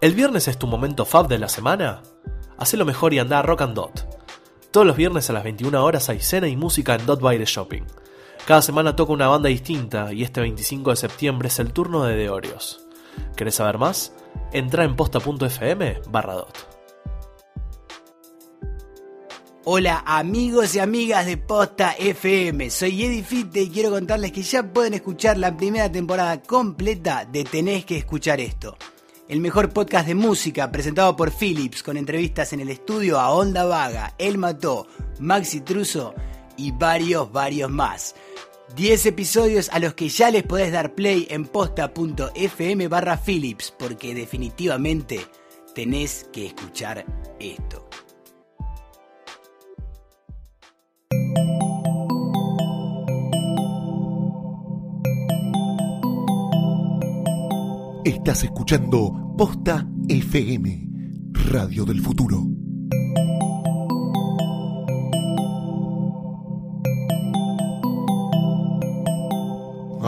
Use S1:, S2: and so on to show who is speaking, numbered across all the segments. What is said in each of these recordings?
S1: ¿El viernes es tu momento fab de la semana? Hacelo mejor y anda a Rock and Dot. Todos los viernes a las 21 horas hay cena y música en Dot by the Shopping. Cada semana toca una banda distinta y este 25 de septiembre es el turno de The Orios. ¿Querés saber más? Entra en posta.fm barra dot.
S2: Hola amigos y amigas de Posta FM, soy Eddie Fitte y quiero contarles que ya pueden escuchar la primera temporada completa de Tenés que escuchar esto. El mejor podcast de música presentado por Philips con entrevistas en el estudio a Onda Vaga, El Mató, Maxi Truso y varios, varios más. 10 episodios a los que ya les podés dar play en posta.fm barra Philips porque definitivamente tenés que escuchar esto.
S3: Estás escuchando Posta FM, Radio del Futuro.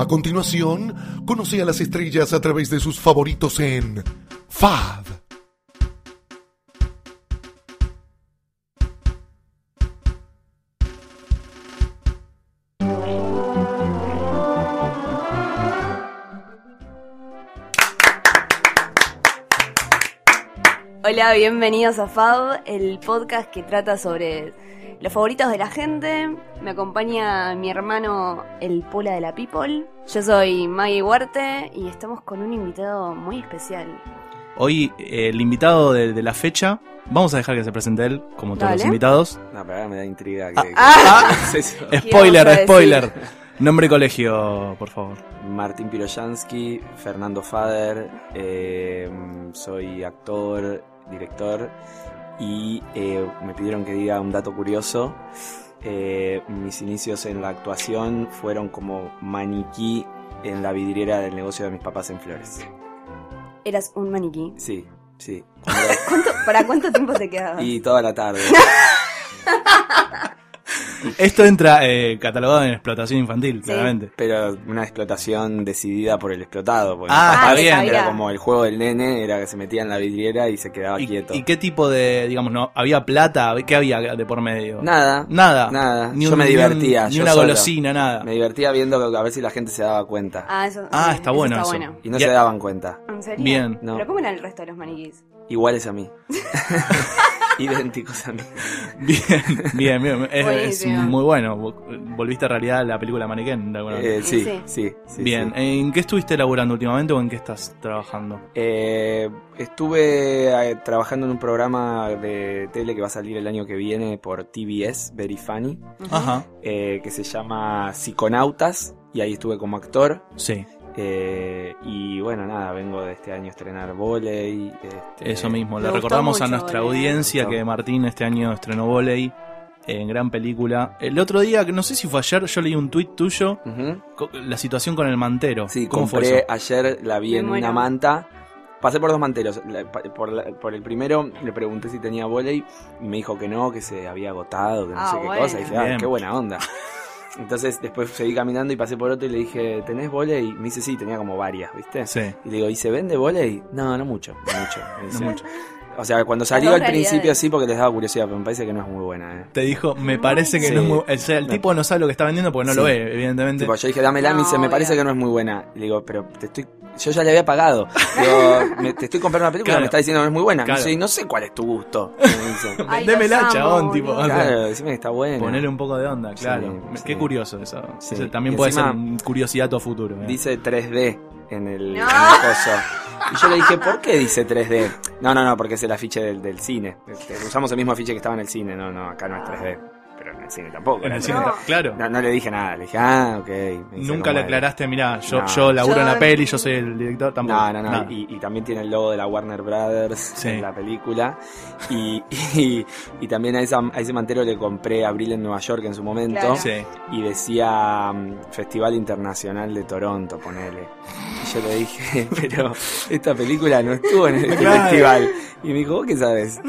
S3: A continuación, conoce a las estrellas a través de sus favoritos en FAD.
S4: Hola, bienvenidos a Fab, el podcast que trata sobre los favoritos de la gente. Me acompaña mi hermano, el Pola de la People. Yo soy Maggie Huarte y estamos con un invitado muy especial.
S5: Hoy eh, el invitado de, de la fecha, vamos a dejar que se presente él, como todos
S4: Dale.
S5: los invitados.
S6: No, pero ahora me da intriga.
S5: Ah,
S6: Que, ¿Qué es eso?
S4: vamos a
S5: Spoiler,
S4: decir?
S5: spoiler. Nombre y colegio, por favor.
S6: Martín Piroyansky, Fernando Fader, eh, soy actor, director y eh, me pidieron que diga un dato curioso. Eh, mis inicios en la actuación fueron como maniquí en la vidriera del negocio de mis papás en Flores.
S4: Eras un maniquí.
S6: Sí, sí.
S4: ¿Cuánto- ¿Para cuánto tiempo te quedabas?
S6: Y toda la tarde.
S5: Esto entra eh, catalogado en explotación infantil,
S4: Sí.
S5: claramente.
S6: Pero una explotación decidida por el explotado. porque
S5: Ah,
S6: mis papás
S5: bien.
S6: Era como el juego del nene, era que se metía en la vidriera y se quedaba
S5: ¿Y,
S6: Ah, quieto.
S5: y qué tipo de, digamos, no había plata? ¿Qué había de por medio?
S6: Nada.
S5: Nada.
S6: Nada.
S5: Ni
S6: yo
S5: un-
S6: me
S5: ni
S6: divertía.
S5: un- Ni,
S6: yo
S5: una
S6: solo.
S5: golosina, nada.
S6: Me divertía viendo a ver si la gente se daba cuenta.
S4: Ah, eso,
S5: Ah,
S4: sí,
S5: está bueno
S4: Está
S5: eso.
S4: bueno.
S6: Y no
S5: Ya-
S6: se daban cuenta.
S4: ¿En serio?
S5: Bien.
S6: No.
S4: ¿Pero cómo eran el resto de los maniquís?
S6: Iguales a mí. Idénticos a mí.
S5: Bien, bien, bien. Es, es
S4: Buenísimo.
S5: muy bueno. Vol- Volviste a realidad la película Maniquén, de alguna manera.
S6: Eh, sí,
S4: Sí.
S6: sí, sí,
S5: bien. eh.
S6: sí.
S5: ¿En qué estuviste laburando últimamente o en qué estás trabajando?
S6: Eh, estuve eh, trabajando en un programa de tele que va a salir el año que viene por TBS, Very Funny,
S5: Ajá.
S6: eh, que se llama Psiconautas, y ahí estuve como actor.
S5: Sí,
S6: Eh, y bueno, nada, vengo de este año a estrenar volei. este,
S5: eso mismo.
S4: Me
S5: Le
S4: gustó
S5: recordamos a
S4: mucho,
S5: nuestra
S4: Voley.
S5: audiencia
S6: Me
S5: que
S6: gustó.
S5: Martín este año estrenó Voley en gran película. El otro día, que no sé si fue ayer, yo leí un tuit tuyo,
S6: Ujú.
S5: co- la situación con el mantero.
S6: Sí,
S5: Oh, ¿Cómo fue
S6: compré
S5: eso?
S6: ayer, la vi
S4: Me
S6: en
S4: muero.
S6: una manta. Pasé por dos manteros. La- pa- Por, la- por el primero le pregunté si tenía volei y me dijo que no, que se había agotado, que no
S4: Ah,
S6: sé qué
S4: bueno.
S6: cosa. Y dije, ah,
S5: Bien.
S6: qué buena onda. Entonces después seguí caminando y pasé por otro y le dije, ¿tenés volei? Y me dice, sí, tenía como varias, ¿viste?
S5: Sí.
S6: Y le digo, ¿y se vende volei? No, no mucho, no mucho. Me dice.
S5: No mucho.
S6: O sea, cuando salió
S4: Dos
S6: al principio
S4: realidades.
S6: sí porque les daba curiosidad, pero me parece que no es muy buena, ¿eh?
S5: Te dijo, me parece que
S6: Sí.
S5: no es muy... O sea, el
S6: No.
S5: tipo no sabe lo que está vendiendo porque no
S6: Sí.
S5: lo ve, evidentemente.
S6: Tipo, yo dije, dámela, me dice,
S4: No,
S6: me parece
S4: obvio.
S6: que no es muy buena. Le digo, pero te estoy, yo ya le había pagado. Digo, me- te estoy comprando una película,
S5: Claro.
S6: me está diciendo que no es muy buena.
S5: Claro.
S6: No, sé, no sé cuál es tu gusto. me dice.
S4: Ay,
S5: Vendémela,
S4: los amo,
S5: chabón, tipo.
S4: boludo.
S5: o sea,
S6: claro, decime que está buena.
S5: Ponerle un poco de onda,
S6: Sí,
S5: claro.
S6: sí.
S5: Qué curioso eso.
S6: Sí.
S5: Eso también
S6: Y
S5: puede
S6: encima-
S5: ser un curiosidad a futuro. ¿eh?
S6: Dice 3D en el, en el
S4: No.
S6: coso. Y yo le dije, ¿por qué dice 3D? No, no, no, porque es el afiche del, del cine. Este, usamos el mismo afiche que estaba en el cine. No, no, acá no es 3D. Pero en el cine tampoco.
S5: En
S6: era
S5: el cine,
S6: 3D.
S5: claro.
S6: No, no le dije nada. Le dije, ah, ok. Me dice,
S5: Nunca
S6: no,
S5: le
S6: bueno.
S5: aclaraste, mirá, yo,
S6: No.
S5: yo laburo en la
S4: Yo-
S5: peli, yo soy el director, tampoco.
S6: No, no, no.
S5: nada.
S6: Y, y también tiene el logo de la Warner Brothers
S5: Sí.
S6: en la película. Y, y, y también a, esa, a ese mantero le compré Abril en Nueva York en su momento.
S4: Claro.
S5: Sí.
S6: Y decía mm, Festival Internacional de Toronto, ponele. Y yo le dije, pero esta película no estuvo en este
S5: Claro.
S6: festival. Y me dijo, ¿vos qué sabes?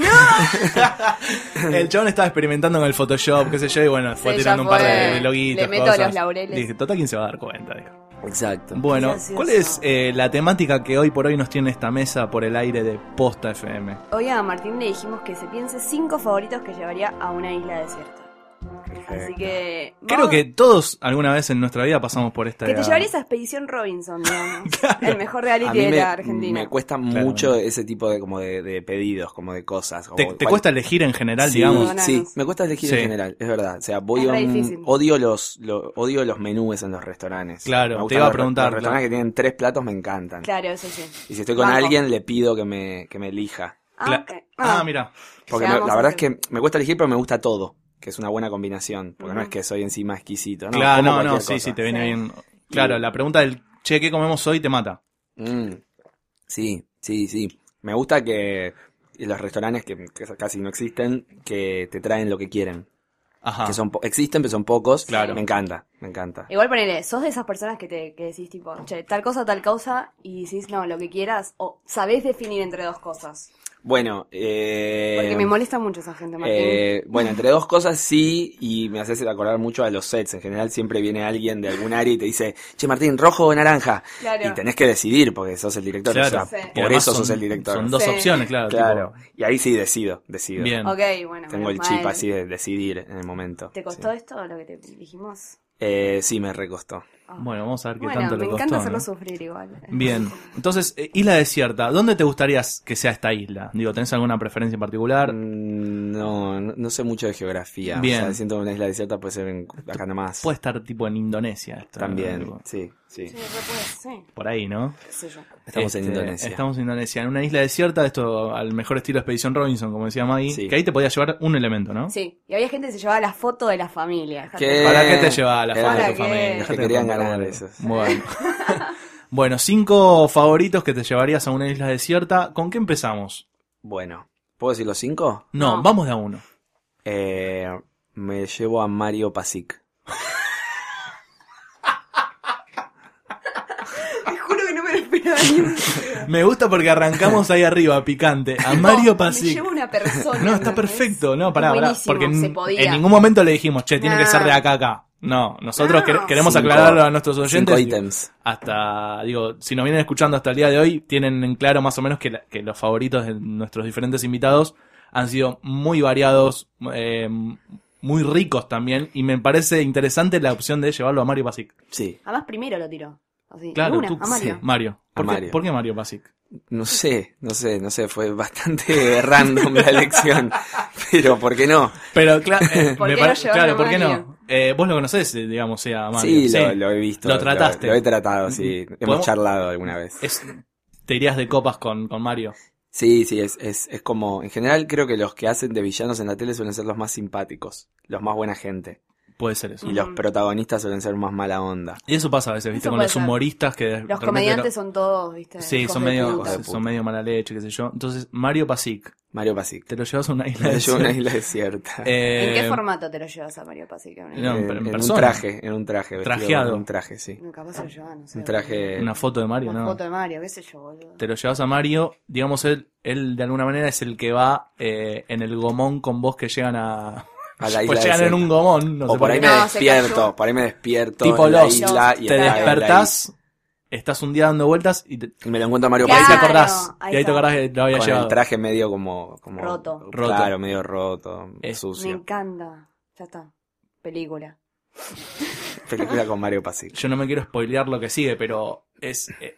S5: El chabón estaba experimentando con el Photoshop, qué sé yo, y bueno, fue
S4: Sí,
S5: tirando
S4: ya
S5: un par
S4: fue.
S5: de loguitos.
S4: Le meto
S5: cosas.
S4: los laureles.
S5: Dije, total, ¿quién se va a dar cuenta? Dijo.
S6: Exacto.
S5: Bueno,
S4: Gracioso.
S5: ¿cuál es eh, la temática que hoy por hoy nos tiene esta mesa por el aire de Posta FM?
S4: Hoy a Martín le dijimos que se piense cinco favoritos que llevaría a una isla desierta. Así que.
S5: Creo
S4: vamos-
S5: que todos alguna vez en nuestra vida pasamos por esta...
S4: Que te llevarías a Expedición Robinson, digamos. El mejor
S6: A
S4: reality
S6: mí
S4: de
S6: me,
S4: la Argentina.
S6: me cuesta mucho ese tipo de como de, de pedidos, como de cosas. como
S5: Te, te
S6: cual-
S5: cuesta elegir en general,
S6: Sí,
S5: digamos.
S6: Sí,
S4: Bananas.
S6: me cuesta elegir
S5: Sí.
S6: en general, es verdad. O sea, voy
S4: Es
S6: a
S4: re
S6: un-
S4: difícil.
S6: odio los lo- odio los menús en los restaurantes.
S5: Claro,
S6: Me
S5: te
S6: gustan
S5: iba a
S6: los re-
S5: preguntar,
S6: Los restaurantes
S5: claro.
S6: que tienen tres platos me encantan.
S4: Claro, eso sí.
S6: Y si estoy con
S4: Banco.
S6: alguien le pido que me, que me elija.
S4: Ah,
S5: Cla-
S4: ok.
S5: Ah, mira.
S6: Porque me-
S4: Seamos
S6: la verdad es
S4: sinceros.
S6: que me cuesta elegir, pero me gusta todo, que es una buena combinación, porque no es
S4: Ujú.
S6: que soy encima exquisito. No,
S5: claro,
S6: como
S5: no, no,
S6: cualquier
S5: sí,
S6: cosa.
S5: sí, te viene
S4: Sí.
S5: bien. Claro, la pregunta del, che, ¿qué comemos hoy? Te mata.
S6: Mm, Sí, sí, sí. Me gusta que los restaurantes que, que casi no existen, que te traen lo que quieren.
S5: Ajá.
S6: Que son po- existen, pero son pocos.
S5: Claro.
S6: Me encanta, me encanta.
S4: Igual ponele, sos de esas personas que te que decís tipo, che, tal cosa, tal causa, y decís, no, lo que quieras, o sabés definir entre dos cosas.
S6: Bueno, eh,
S4: Porque me molesta mucho esa gente, Martín.
S6: eh, bueno, entre dos cosas sí, y me haces acordar mucho a los sets. En general siempre viene alguien de algún área y te dice, che Martín, rojo o naranja.
S4: Claro.
S6: Y tenés que decidir porque sos el director.
S5: Claro.
S6: o sea,
S4: Sí.
S5: Que
S6: por
S5: además
S6: eso
S5: son-
S6: sos el director.
S5: Son dos
S4: Sí.
S5: opciones, claro.
S6: claro.
S5: tipo,
S6: Y ahí sí decido, decido.
S5: bien.
S4: Ok, bueno.
S6: Tengo
S4: menos
S6: el chip
S4: mal.
S6: así de decidir en el momento.
S4: ¿Te
S6: Sí.
S4: costó esto lo que te dijimos?
S6: Eh, sí, me recostó.
S4: Ah.
S5: Bueno, vamos a ver qué
S4: Bueno,
S5: tanto
S4: me
S5: le costó.
S4: encanta
S5: ¿no?
S4: hacerlo sufrir igual.
S5: Bien, entonces, eh, isla desierta, ¿dónde te gustaría que sea esta isla? Digo, ¿tenés alguna preferencia en particular?
S6: Mm, No, no no sé mucho de geografía.
S5: Bien.
S6: O sea, siento que una isla desierta puede ser en- acá nomás.
S5: Puede estar tipo en Indonesia. esto, ¿no?
S6: También,
S5: Tipo,
S6: sí, sí.
S4: Sí, re puede, sí,
S5: Por ahí, ¿no?
S4: qué sé yo.
S6: Estamos en
S5: Este,
S6: Indonesia.
S5: Estamos en Indonesia, en una isla desierta, esto al mejor estilo Expedición Robinson, como decía Maggie,
S6: Sí.
S5: que ahí te podías llevar un elemento, ¿no?
S4: Sí, y había gente que se llevaba la foto de la familia. dejate
S6: ¿Qué?
S4: de-
S5: ¿Para qué te llevaba la
S6: Era
S5: foto de
S4: para
S5: tu
S4: qué.
S5: familia?
S4: Los
S6: que
S5: Dejate
S6: querían
S5: de contar,
S6: ganar
S5: boludo.
S6: esos.
S5: Bueno. bueno, cinco favoritos que te llevarías a una isla desierta. ¿Con qué empezamos?
S6: Bueno, ¿puedo decir los cinco?
S5: No,
S4: No.
S5: vamos de a uno.
S6: Eh, me llevo a Mario Pasic.
S4: Te juro que no me lo esperaba ni un-
S5: Me gusta porque arrancamos ahí arriba, picante. A Mario
S4: No, Me
S5: Pasic.
S4: llevo una persona.
S5: No, está
S4: ¿entendés?
S5: perfecto. No, pará, pará.
S4: Buenísimo,
S5: Porque
S4: se
S5: en-
S4: podía.
S5: en ningún momento le dijimos, che, tiene que
S4: No.
S5: ser de acá a acá. No, nosotros
S4: No.
S5: quer- queremos
S6: Cinco-
S5: aclararlo a nuestros
S6: Cinco
S5: oyentes.
S6: ítems.
S5: hasta, digo, si nos vienen escuchando hasta el día de hoy, tienen en claro más o menos que, la- que los favoritos de nuestros diferentes invitados han sido muy variados, eh, muy ricos también, y me parece interesante la opción de llevarlo a Mario Pasic.
S6: Sí,
S4: Además, primero lo tiró. Así,
S5: Claro,
S4: una,
S5: tú-
S4: a Mario.
S5: sí, Mario. ¿Por,
S6: A
S5: qué,
S6: Mario.
S5: por qué Mario Pasic?
S6: no sé, no sé, no sé, fue bastante random la elección, pero ¿por qué no?
S5: Pero claro, eh,
S4: ¿Por
S5: me
S4: qué
S5: pare-
S4: no llevarlo
S5: claro,
S4: a
S5: ¿por qué no?
S4: Mario?
S5: Eh, vos lo conocés, eh, digamos, sea Mario.
S6: sí, Lo, lo he visto.
S5: Lo trataste. ¿Mm?
S6: Lo,
S5: Eh.
S6: he tratado, sí. Hemos
S5: ¿Podemos-
S6: charlado alguna vez.
S5: Es- te irías de copas con, con Mario.
S6: Sí, sí, es, es, es como, en general creo que los que hacen de villanos en la tele suelen ser los más simpáticos, los más buena gente.
S5: Puede ser eh, eso.
S6: Y los
S4: Ujú.
S6: protagonistas suelen ser más mala onda.
S5: Y eso pasa a veces,
S4: Mm,
S5: ¿viste?
S4: Eso
S5: Con
S4: puede
S5: los
S4: ser.
S5: humoristas que... de
S4: Los
S5: repente
S4: comediantes
S5: lo-
S4: son todos, ¿viste?
S5: Sí,
S4: Hijos
S5: son
S4: de
S5: medio,
S4: puta.
S6: Hijos de puta.
S5: son medio mala leche, qué sé yo. Entonces, Mario Pasic,
S6: Mario Pasic.
S5: te lo llevas a una isla.
S6: Me
S5: de
S6: llevo a una
S5: sol.
S6: isla desierta.
S5: Eh,
S4: ¿En qué formato te lo llevas a Mario Pasic?
S5: no, en- en
S6: un
S5: persona.
S6: traje, en un traje. vestido
S5: Trajeado.
S6: con Un traje, sí.
S4: No, capaz se lo llevan, no sé.
S6: Un traje...
S5: Una foto de Mario,
S4: Una
S5: ¿no?
S4: foto de Mario, qué sé yo, boludo.
S5: Te lo llevas a Mario, digamos, él, él de alguna manera es el que va eh, en el gomón con vos que llegan a.
S6: A la isla
S5: pues llegan en
S6: desierta.
S5: un gomón, no sé
S6: o por ahí me
S4: No, se
S6: despierto,
S4: cayó.
S6: por ahí me despierto
S5: Tipo
S6: en la
S5: Lost.
S6: isla y
S5: Te
S6: está él ahí.
S5: despertás, estás un día dando vueltas y, te-
S6: Y me lo encuentro a Mario
S5: y ahí te
S6: Pasic
S4: Claro,
S5: acordás.
S4: Ah, ahí
S5: y ahí
S4: está.
S5: te acordás que lo había
S6: con
S5: llevado.
S6: el traje medio como... como
S4: Roto.
S6: Claro, medio roto,
S5: Es-
S4: Me
S6: sucio.
S4: encanta. Ya está. Película.
S6: Película con Mario Pasic.
S5: yo no me quiero spoilear lo que sigue, pero es eh,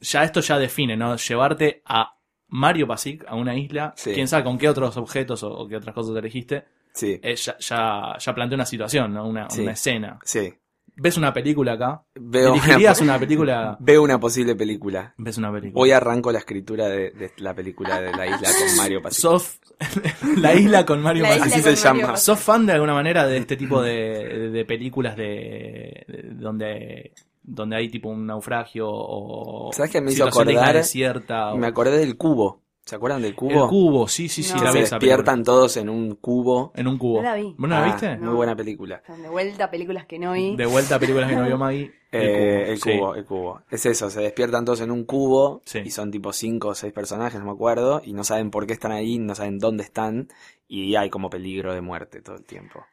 S5: ya esto ya define, ¿no? Llevarte a Mario Pasic a una isla,
S6: Sí.
S5: quién sabe con qué otros objetos o, o qué otras cosas elegiste,
S6: Sí,
S5: eh, ya, ya, ya plantea una situación, ¿no? Una,
S6: Sí.
S5: una escena.
S6: sí.
S5: ¿Ves una película acá?
S6: Veo una,
S5: ¿Elegirías una película?
S6: veo una posible película.
S5: ¿Ves una película?
S6: Hoy arranco la escritura de, de la película de la isla con Mario Pasic.
S5: Sof, la isla con Mario
S4: La
S5: Pasic.
S4: isla
S6: Así
S4: con
S6: se
S4: Mario
S6: llama.
S4: Pasic.
S5: ¿Sos fan de alguna manera de este tipo de, de películas de, de- donde, donde hay tipo un naufragio o
S6: ¿Sabes qué me hizo
S5: situación de isla
S6: acordar?
S5: desierta? o-
S6: Me acordé del cubo. ¿Se acuerdan del cubo?
S5: El cubo, sí, sí, sí,
S4: No.
S5: la
S6: Que
S5: vi
S6: se
S5: esa película.
S6: despiertan todos en un cubo.
S5: En un cubo.
S4: No la vi.
S5: ¿Vos no la
S6: Ah,
S5: viste?
S6: Muy
S4: No.
S6: buena película.
S4: Están de vuelta películas que no vi.
S5: De vuelta a películas que no vio Maggie.
S6: Eh, El
S5: sí.
S6: cubo, el cubo. Es eso, se despiertan todos en un cubo
S5: Sí.
S6: y son tipo cinco o seis personajes, no me acuerdo, y no saben por qué están ahí, no saben dónde están, y hay como peligro de muerte todo el tiempo.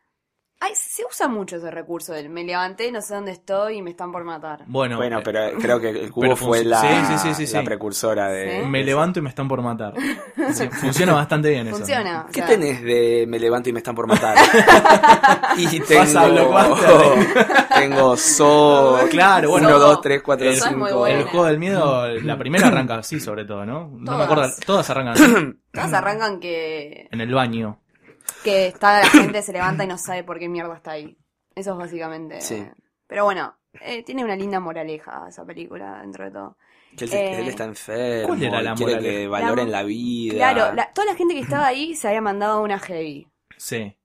S4: Ay, se usa mucho ese recurso del me levanté, no sé dónde estoy y me están por matar.
S5: Bueno,
S6: bueno,
S5: eh,
S6: pero creo que el cubo
S5: pero
S6: fue
S5: func-
S6: la,
S5: sí, sí, sí, sí,
S6: la
S5: sí.
S6: precursora de.
S4: Sí.
S5: me levanto y me están por matar. Sí, funciona bastante bien eso.
S4: Funciona. o
S6: ¿Qué
S4: sea,
S6: tenés de me levanto y me están por matar? y
S5: Pasa
S6: tengo.
S5: Blockbuster.
S6: tengo So.
S5: Claro, bueno.
S6: Uno, dos, tres, cuatro,
S5: El-
S4: Eso es muy
S6: cinco.
S5: El
S4: bueno.
S5: juego del miedo,
S6: Mm.
S5: la primera arranca así sobre todo, ¿no? No me
S4: Todas.
S5: acuerdo, todas arrancan así,
S4: Todas arrancan que,
S5: en el baño.
S4: que está la gente se levanta y no sabe por qué mierda está ahí. Eso es básicamente.
S6: Sí.
S4: Pero bueno, eh, tiene una linda moraleja esa película dentro de todo.
S6: Que él,
S4: Eh,
S6: él está enfermo.
S5: ¿cuál era
S6: y
S5: la
S6: quiere
S5: moraleja?
S6: que valoren la, vida.
S4: Claro, la- toda la gente que estaba ahí se había mandado una heavy.
S5: Sí.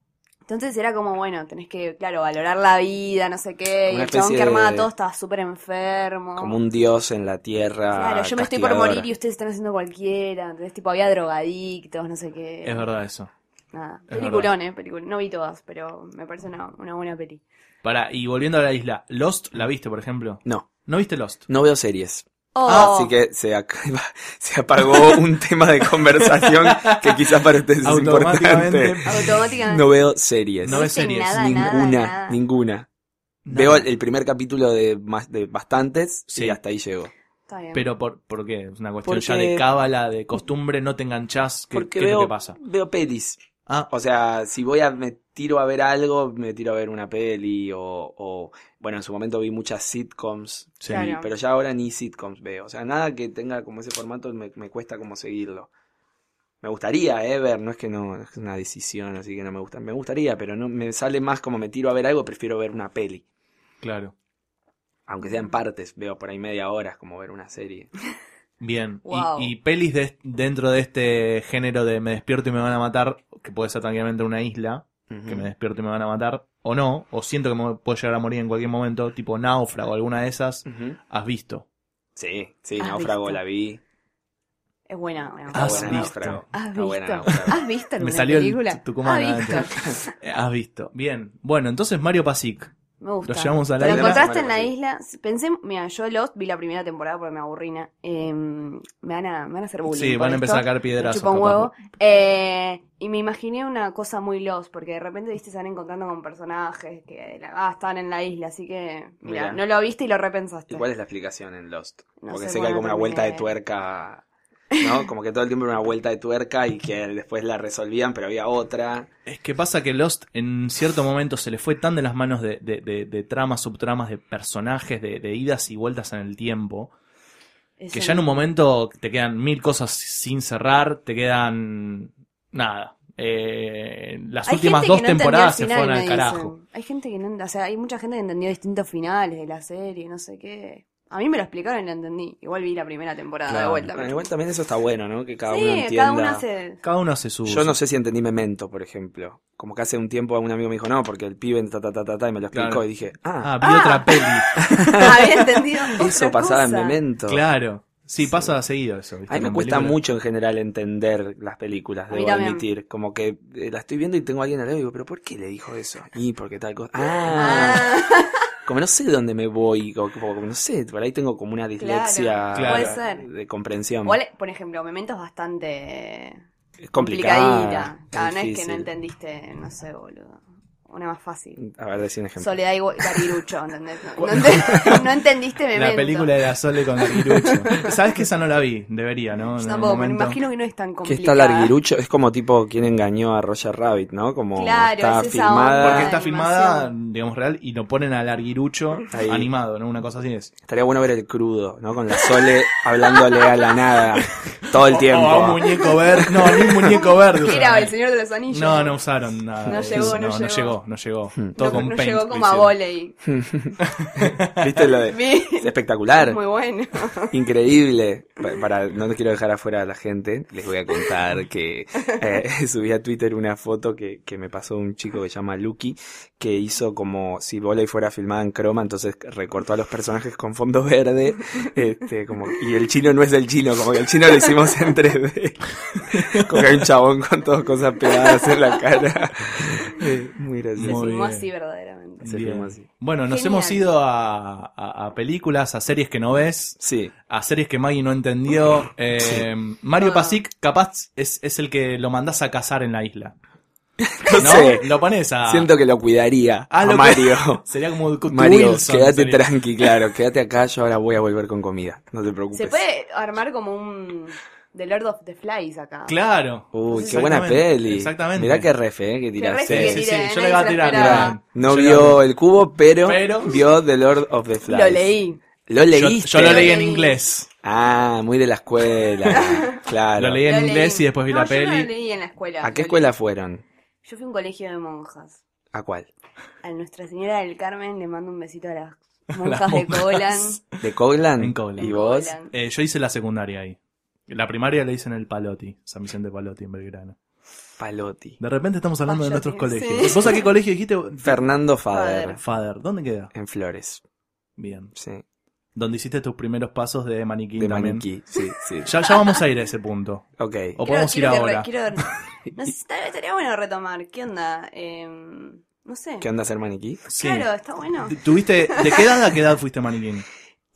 S4: Entonces era como, bueno, tenés que, claro, valorar la vida, no sé qué. y
S6: Una
S4: el chabón
S6: especie
S4: que armaba
S6: de-
S4: todo estaba súper enfermo.
S6: Como un dios en la tierra.
S4: Claro, yo me estoy por
S6: castigador.
S4: morir y ustedes están haciendo cualquiera. Entonces, tipo, había drogadictos, no sé qué.
S5: Es verdad eso.
S4: Nada.
S5: es
S4: Peliculón, eh, peliculón. No vi todas, pero me parece una, una buena peli.
S5: Para, y volviendo a la isla, Lost, ¿la viste, por ejemplo?
S6: No,
S5: ¿No viste Lost?
S6: no veo series.
S5: Ah,
S4: Oh,
S6: Así que se, ac- se apagó un tema de conversación que quizás para ustedes es
S5: Automáticamente.
S6: importante.
S4: automáticamente.
S6: No veo series.
S5: No ves
S4: viste
S5: series.
S4: Nada,
S6: ninguna,
S4: nada, nada.
S6: ninguna.
S5: Nada.
S6: Veo el primer capítulo de, más, de bastantes
S5: Sí.
S6: y hasta ahí llego.
S4: Está bien.
S5: Pero por, ¿por qué? Es una cuestión
S6: Porque-
S5: ya de cábala, de costumbre, no te enganchás, ¿qué,
S6: Porque
S5: qué es
S6: veo,
S5: lo que pasa?
S6: veo pelis.
S5: Ah,
S6: O sea, si voy a, me tiro a ver algo, me tiro a ver una peli o, o bueno, en su momento vi muchas sitcoms,
S5: sí.
S4: Claro.
S6: pero ya ahora ni sitcoms veo. O sea, nada que tenga como ese formato me, me cuesta como seguirlo. Me gustaría, eh, ver, no es que no, es una decisión, así que no me gusta. Me gustaría, pero no me sale más como me tiro a ver algo, prefiero ver una peli.
S5: Claro.
S6: Aunque sea en partes, veo por ahí media hora, es como ver una serie.
S5: Bien. Y-
S4: Wow.
S5: Y, pelis de- dentro de este género de me despierto y me van a matar, que puede ser tranquilamente una isla, que me despierto y me van a matar, o no, o siento que me puedo llegar a morir en cualquier momento, tipo náufrago, alguna de esas,
S6: Ujú.
S5: has visto.
S6: Sí, sí,
S4: ¿Has
S6: Náufrago
S4: visto?
S6: la vi.
S4: Es buena, buena.
S6: Está
S5: ¿Has
S6: buena
S5: visto?
S6: Náufrago.
S4: ¿Has
S6: Está
S4: visto?
S6: buena Náufrago.
S4: ¿Has visto
S5: Me
S4: alguna
S5: salió el
S4: película?
S5: tu- Tucumán
S4: ¿Has
S5: adentro.
S4: visto?
S5: Eh, Has visto. Bien. Bueno, entonces Mario Pasic.
S4: Me gusta.
S5: Lo llevamos a la
S4: ¿Lo
S5: isla.
S4: encontraste en la
S6: Bueno, sí.
S4: isla? Pensé, mira, yo Lost vi la primera temporada porque me aburrina. Eh, me, van a, me van a hacer bullying.
S5: Sí,
S4: por
S5: van
S4: esto.
S5: a empezar a caer
S4: Me
S5: piedras.
S4: chupa un huevo. Eh, y me imaginé una cosa muy Lost, porque de repente, viste, se van encontrando con personajes que la- ah, estaban en la isla, así que, mira,
S6: Mirá.
S4: no lo viste y lo repensaste.
S6: ¿Y cuál es la explicación en Lost?
S4: No
S6: Porque
S4: sé,
S6: sé, que hay
S4: bueno,
S6: como una
S4: terminé
S6: vuelta de
S4: de-
S6: tuerca, ¿no? Como que todo el tiempo era una vuelta de tuerca y que después la resolvían, pero había otra.
S5: Es que pasa que Lost en cierto momento se le fue tan de las manos de, de- de- de tramas, subtramas, de personajes, de, de idas y vueltas en el tiempo,
S4: Es
S5: que ya en un momento te quedan mil cosas sin cerrar, te quedan nada. Eh, las
S4: Hay
S5: últimas
S4: gente
S5: dos
S4: que no entendió el
S5: temporadas se
S4: final,
S5: fueron
S4: me
S5: al
S4: dicen.
S5: carajo.
S4: Hay gente que no, o sea, hay mucha gente que entendió distintos finales de la serie, no sé qué. A mí me lo explicaron y lo entendí. Igual vi la primera temporada de
S5: Claro.
S4: vuelta.
S6: Bueno,
S4: pero-
S6: igual también eso está bueno, ¿no? Que cada
S4: sí,
S6: uno entienda.
S4: cada uno hace.
S5: Cada uno hace su...
S6: Yo no sé si entendí Memento, por ejemplo. Como que hace un tiempo un amigo me dijo, no, porque el pibe en ta ta ta ta, ta", y me lo explicó
S5: Claro.
S6: y dije, ah,
S5: Ah, vi otra peli.
S4: Había entendido.
S6: eso
S4: otra
S6: pasaba en
S4: cosa.
S6: Memento.
S5: Claro. Sí, pasa seguido eso. ¿viste?
S6: A mí me
S5: Con
S6: cuesta
S5: películas.
S6: mucho en general entender las películas,
S4: A mí
S6: debo
S4: también.
S6: admitir. Como que eh, la estoy viendo y tengo a alguien al lado y digo, ¿pero por qué le dijo eso? Y porque tal cosa. Ah,
S4: Ah,
S6: como no sé dónde me voy, o como, como no sé, por ahí tengo como una dislexia
S5: Claro,
S6: de-
S5: puede
S4: ser.
S6: de comprensión.
S4: igual, por ejemplo, Memento es bastante eh,
S6: Es complicada.
S4: complicadita. Claro, no es que
S6: difícil.
S4: no entendiste, no sé, boludo. Una más fácil.
S6: A ver, decí un ejemplo.
S4: Soledad y Garirucho, ¿entendés? No, no ent- no entendiste Memento.
S5: La película de la Sole con Larguirucho. ¿Sabes que esa no la vi? Debería, ¿no?
S4: Yo
S5: En
S4: tampoco,
S5: algún
S4: me
S5: momento.
S4: imagino que no es tan
S6: que
S4: complicada.
S6: está larguirucho, es como tipo quien engañó a Roger Rabbit, ¿no? Como
S4: Claro,
S6: está
S4: es esa
S6: filmada.
S4: onda.
S5: Porque está
S4: animación.
S5: filmada, digamos, real, y lo ponen al arguirucho
S6: Ahí.
S5: animado, ¿no? Una cosa así es.
S6: Estaría bueno ver el crudo, ¿no? Con la Sole hablándole a la nada todo el tiempo.
S5: O a Oh, un muñeco verde. No, ni un muñeco verde.
S4: ¿Qué
S5: usaron.
S4: era? ¿El Señor de los Anillos?
S5: No, no usaron nada.
S4: No
S5: de
S4: llegó,
S5: eso.
S4: no
S5: no, llegó.
S4: llegó.
S5: No llegó,
S6: Hmm.
S5: Todo
S4: No,
S5: con
S4: no
S5: paint.
S4: llegó
S5: lo
S4: como a
S5: hicieron.
S4: voley.
S6: ¿Viste lo de?
S4: Vi-
S6: Es espectacular,
S4: Muy bueno.
S6: increíble. Pa- Para, no quiero dejar afuera a la gente, les voy a contar que eh, subí a Twitter una foto que, que me pasó un chico que se llama Lucky, que hizo como si Voley fuera filmada en croma, entonces recortó a los personajes con fondo verde, este, como, y el chino no es el chino, como que el chino lo hicimos en 3D. Como que hay un chabón con todas cosas pegadas en la cara. Eh, muy
S4: Se
S6: gracioso.
S5: Muy
S4: filmó
S5: bien.
S4: así verdaderamente.
S6: Se
S5: Bien.
S6: filmó así.
S5: Bueno, nos
S4: Genial.
S5: hemos ido a, a- a películas, a series que no ves,
S6: Sí.
S5: a series que Maggie no entendió. Eh, Mario
S4: Ah.
S5: Pasic, capaz, es, es el que lo mandás a cazar en la isla.
S6: No
S5: ¿No?
S6: sé.
S5: Lo pones a.
S6: Siento que lo cuidaría
S5: Ah,
S6: a
S5: lo que-
S6: Mario.
S5: Sería como el
S6: Mario,
S5: Wilson,
S6: quédate
S5: sería.
S6: tranqui, claro, quédate acá, yo ahora voy a volver con comida, no te preocupes.
S4: Se
S5: Pues.
S4: puede armar como un The Lord of the Flies acá.
S5: Claro.
S6: Uy, qué
S5: Exactamente,
S6: buena peli.
S5: exactamente.
S6: Mirá qué refe, eh, que
S4: Qué
S6: tiraste.
S4: refe que
S5: Sí, sí, sí,
S4: tiré,
S5: yo
S4: nadie
S5: le iba a
S4: se lo
S5: tirar,
S4: esperaba.
S5: mirá.
S6: No
S5: Yo
S6: vio el cubo, pero,
S5: Pero-
S6: vio The Lord of the Flies.
S4: Lo leí.
S6: ¿Lo
S5: Yo,
S6: leíste?
S5: yo lo leí en
S4: Lo leí.
S5: inglés.
S6: Ah, muy de la escuela. claro.
S5: Lo leí
S4: Lo
S5: en inglés
S4: leí.
S5: y después vi
S4: No,
S5: la
S4: yo no lo
S5: peli.
S4: leí en la escuela.
S6: ¿A qué
S4: Lo
S6: escuela fueron?
S4: leí. Yo fui a un colegio de monjas.
S6: ¿A cuál?
S4: A Nuestra Señora del Carmen le mando un besito a las monjas
S5: Las
S4: de
S5: monjas.
S4: Colan.
S6: ¿De Coglan?
S5: En Coglan.
S6: ¿Y vos?
S4: Coglan.
S5: Eh, yo hice la secundaria ahí. La primaria la hice en el Paloti, San Vicente Paloti en Belgrano.
S6: Palotti.
S5: De repente estamos hablando de
S4: Pallotti,
S5: nuestros colegios.
S4: sí.
S5: ¿Vos a qué colegio dijiste?
S6: Fernando Fader.
S4: Fader.
S5: Fader. ¿Dónde queda?
S6: En Flores.
S5: Bien.
S6: Sí.
S5: Donde hiciste tus primeros pasos de maniquí
S6: De
S5: también. Oh.
S6: maniquí. Sí, sí.
S5: Ya, ya vamos a ir a ese punto.
S6: Ok.
S5: O podemos ir
S4: que re-
S5: ahora.
S4: quiero- no sé, tal vez estaría bueno retomar. ¿Qué onda? Eh, no sé.
S6: ¿Qué onda ser maniquí?
S5: Sí.
S4: Claro, está bueno.
S5: ¿Tuviste, ¿De qué edad a qué edad fuiste maniquín?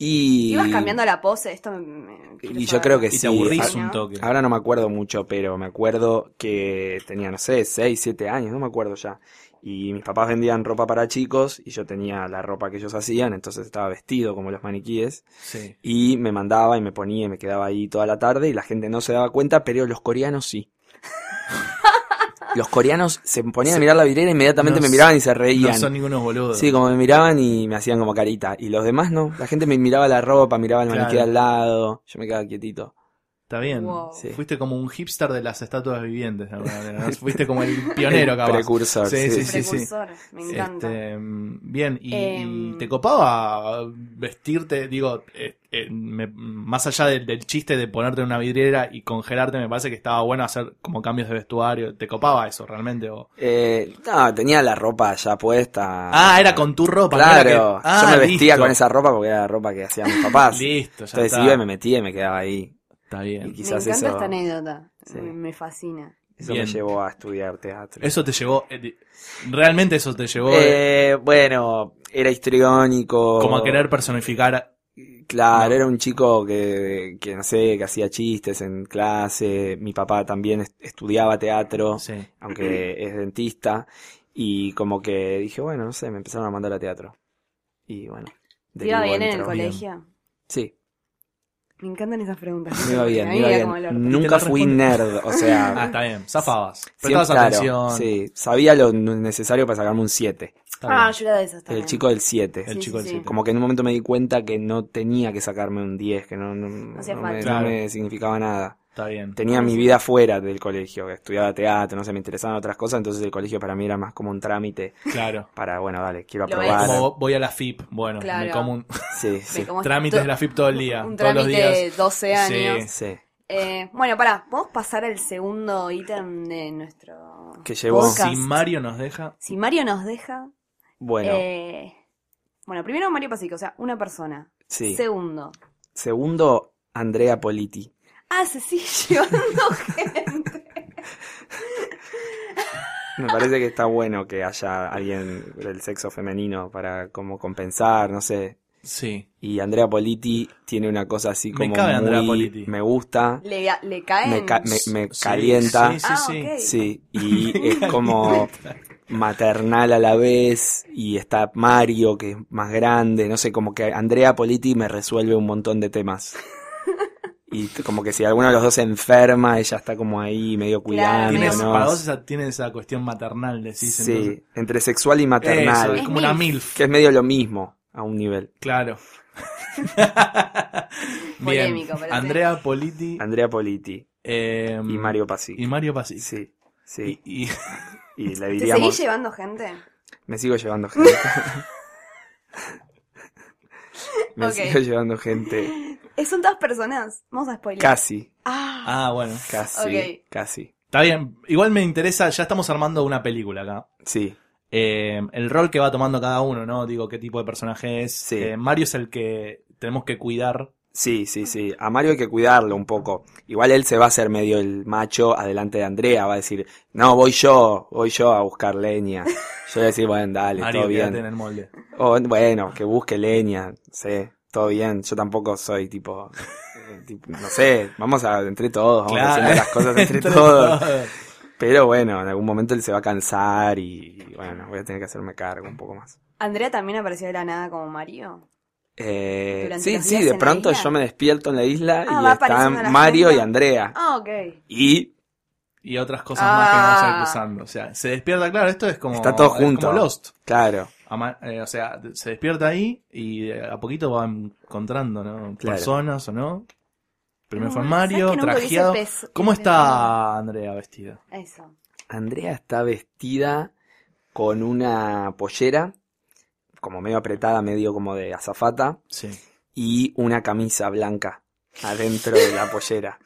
S6: Y...
S4: Ibas cambiando la pose, esto me, me- quiero
S6: Y yo
S4: saber.
S6: creo que
S5: Y
S6: sí,
S5: te aburrís
S4: ah,
S5: un
S4: no.
S5: toque.
S6: Ahora no me acuerdo mucho, pero me acuerdo que tenía, no sé, 6, 7 años, no me acuerdo ya. Y mis papás vendían ropa para chicos y yo tenía la ropa que ellos hacían, entonces estaba vestido como los maniquíes.
S5: Sí.
S6: Y me mandaba y me ponía y me quedaba ahí toda la tarde y la gente no se daba cuenta, pero los coreanos sí. los coreanos se ponían a mirar la virera e inmediatamente
S5: No
S6: me
S5: s-
S6: miraban y se reían.
S5: No son ningunos boludos.
S6: Sí, como me miraban y me hacían como carita. Y los demás no. La gente me miraba la ropa, miraba el
S5: Claro.
S6: maniquí al lado. Yo me quedaba quietito.
S5: Está bien.
S4: Wow.
S6: Sí.
S5: Fuiste como un hipster de las estatuas vivientes. de alguna manera, ¿no? Fuiste como el pionero, capaz.
S6: Precursor.
S5: Sí, sí, sí.
S4: Precursor, me encanta.
S5: Este, mm, bien, y, y
S4: Em.
S5: te copaba vestirte, digo, eh, eh, me- más allá del- del chiste de ponerte en una vidriera y congelarte, me parece que estaba bueno hacer como cambios de vestuario. ¿Te copaba eso realmente? O...
S6: Eh, no, tenía la ropa ya puesta.
S5: Ah, era con tu ropa. no era
S6: Claro,
S5: que- Ah,
S6: yo me vestía
S5: listo.
S6: con esa ropa porque era la ropa que hacían mis papás.
S5: Listo, ya
S6: Entonces
S5: está.
S6: iba y me metía y me quedaba ahí.
S5: Está
S6: Y
S5: bien.
S4: me
S6: quizás
S4: encanta
S6: eso,
S4: esta anécdota.
S6: Sí.
S4: Me, me fascina.
S6: eso me
S5: Bien.
S6: llevó a estudiar teatro.
S5: Eso te llevó, eh, di- realmente eso te llevó eh,
S6: Eh, bueno, era histriónico.
S5: como a querer personificar.
S6: Claro,
S5: No.
S6: era un chico que, que, no sé, que hacía chistes en clase. Mi papá también est- estudiaba teatro,
S5: Sí.
S6: aunque es dentista. Y como que dije, bueno, no sé, me empezaron a mandar a teatro. Y bueno.
S4: ¿Te iba
S6: derivó
S4: bien en el
S6: dentro.
S4: colegio?
S6: Sí,
S4: Me encantan esas preguntas.
S6: me iba bien,
S4: A
S6: me
S4: mí
S6: iba
S4: era
S6: bien.
S4: como el orto.
S6: Nunca
S5: Y te la
S6: fui nerd, o
S5: Ah,
S6: sea,
S5: está bien, zafabas.
S6: siempre,
S5: Prestabas
S6: claro,
S5: atención.
S6: sí, sabía lo necesario para sacarme un 7,
S5: Está bien.
S4: Ah, yo era de esas también.
S6: el chico del 7.
S5: El
S4: Sí,
S5: chico
S4: sí,
S5: del
S4: sí.
S5: siete.
S6: Como que en un momento me di cuenta que no tenía que sacarme un 10, que no, no-
S4: hacía
S6: no me,
S4: falta.
S6: no me significaba nada.
S5: Está bien.
S6: Tenía mi vida fuera del colegio, estudiaba teatro, no sé, me interesaban otras cosas, entonces el colegio para mí era más como un trámite
S5: Claro.
S6: para, bueno, dale, quiero
S4: Lo
S6: aprobar.
S4: ves.
S5: Como voy a la FIP, bueno,
S4: Claro.
S5: me como un
S6: Sí, sí,
S4: Me como
S5: trámites
S4: to-
S5: de la FIP todo el día,
S4: Un
S5: todos los
S4: trámite
S5: días.
S4: de 12 años.
S6: sí.
S4: Eh, bueno, pará, ¿podemos pasar al segundo ítem de nuestro
S6: Que llevó.
S4: podcast?
S5: Si Mario nos deja,
S4: Si Mario nos deja...
S6: Bueno,
S4: eh, bueno, primero Mario Pasico, o sea, una persona.
S6: sí.
S4: Segundo.
S6: Segundo, Andrea Politi.
S4: Ah, se sigue llevando gente.
S6: Me parece que está bueno que haya alguien del sexo femenino para como compensar, no sé.
S5: sí.
S6: Y Andrea Politi tiene una cosa así
S5: Me
S6: como
S5: cabe
S6: muy-
S5: Andrea Politi.
S6: me gusta,
S4: Le, le
S6: me,
S4: caen.
S6: ca- me- me
S5: Sí,
S6: calienta,
S5: Sí, sí,
S4: Ah,
S5: sí.
S4: ok.
S6: sí, y es como maternal a la vez, y está Mario que es más grande, no sé, como que Andrea Politi me resuelve un montón de temas. Y t- como que si alguno de los dos se enferma, ella está como ahí medio
S4: Claro.
S5: Tiene
S6: cuidándonos.
S5: esa- para vos esa, tiene esa cuestión maternal, decís. entonces.
S6: Sí, entre sexual y maternal.
S5: Eso, es como una
S4: Es
S5: MILF,
S6: Que es medio lo mismo a un nivel.
S5: claro. Bien.
S4: Polémico, pero sí.
S5: Andrea Politi
S6: Andrea Politi
S5: eh,
S6: y Mario Pasic.
S5: y Mario Pasi.
S6: Sí, sí.
S5: Y- y-
S6: Y le
S4: ¿Te seguís
S6: diríamos.
S4: llevando gente?
S6: Me sigo llevando gente. Me
S4: Ok.
S6: sigo llevando gente.
S4: Eh, son dos personas. Vamos a spoiler.
S6: Casi,
S4: Ah,
S5: ah, bueno.
S6: casi,
S4: Ok.
S6: casi.
S5: Está bien. Igual me interesa, ya estamos armando una película acá.
S6: Sí,
S5: eh, el rol que va tomando cada uno, ¿no? Digo, qué tipo de personaje es.
S6: Sí.
S5: Eh, Mario es el que tenemos que cuidar.
S6: sí, sí, sí. A Mario hay que cuidarlo un poco. Igual él se va a hacer medio el macho adelante de Andrea. Va a decir, no, voy yo, voy yo a buscar leña. Yo voy a decir, bueno, dale,
S5: Mario,
S6: todo
S5: quédate
S6: bien.
S5: en el molde.
S6: O, bueno, que busque leña, sí, todo bien. Yo tampoco soy tipo, eh, tipo, no sé, vamos a entre todos, vamos
S5: Claro.
S6: haciendo las cosas entre todos. Pero bueno, en algún momento él se va a cansar y, y bueno, voy a tener que hacerme cargo un poco más.
S4: Andrea también apareció de la nada como Mario.
S6: Eh,
S4: Durante
S6: sí,
S4: los
S6: sí,
S4: días
S6: de
S4: en la
S6: pronto
S4: isla.
S6: yo me despierto en la isla
S4: Ah,
S6: y
S4: va apareciendo la
S6: están Mario y
S4: gente.
S6: Andrea.
S4: Ah, ok.
S6: Y
S5: Y otras cosas más que vamos a ir
S4: Ah.
S5: cruzando. O sea, se despierta, claro, esto es como.
S6: Está todo
S5: es como
S6: junto.
S5: Lost.
S6: claro,
S5: Ama- eh, o sea, de- se despierta ahí y eh, a poquito va encontrando, ¿no?
S6: Claro.
S5: Personas o no. Primero
S4: No,
S5: fue
S4: Mm, ¿sabes
S5: Mario,
S4: que nunca hubiese
S5: trajeado.
S4: pes-
S5: ¿Cómo
S4: pensado?
S6: Ah.
S5: está Andrea vestida?
S4: Eso.
S6: Andrea está vestida con una pollera, como medio apretada, medio como de azafata,
S5: Sí.
S6: y una camisa blanca adentro de la pollera.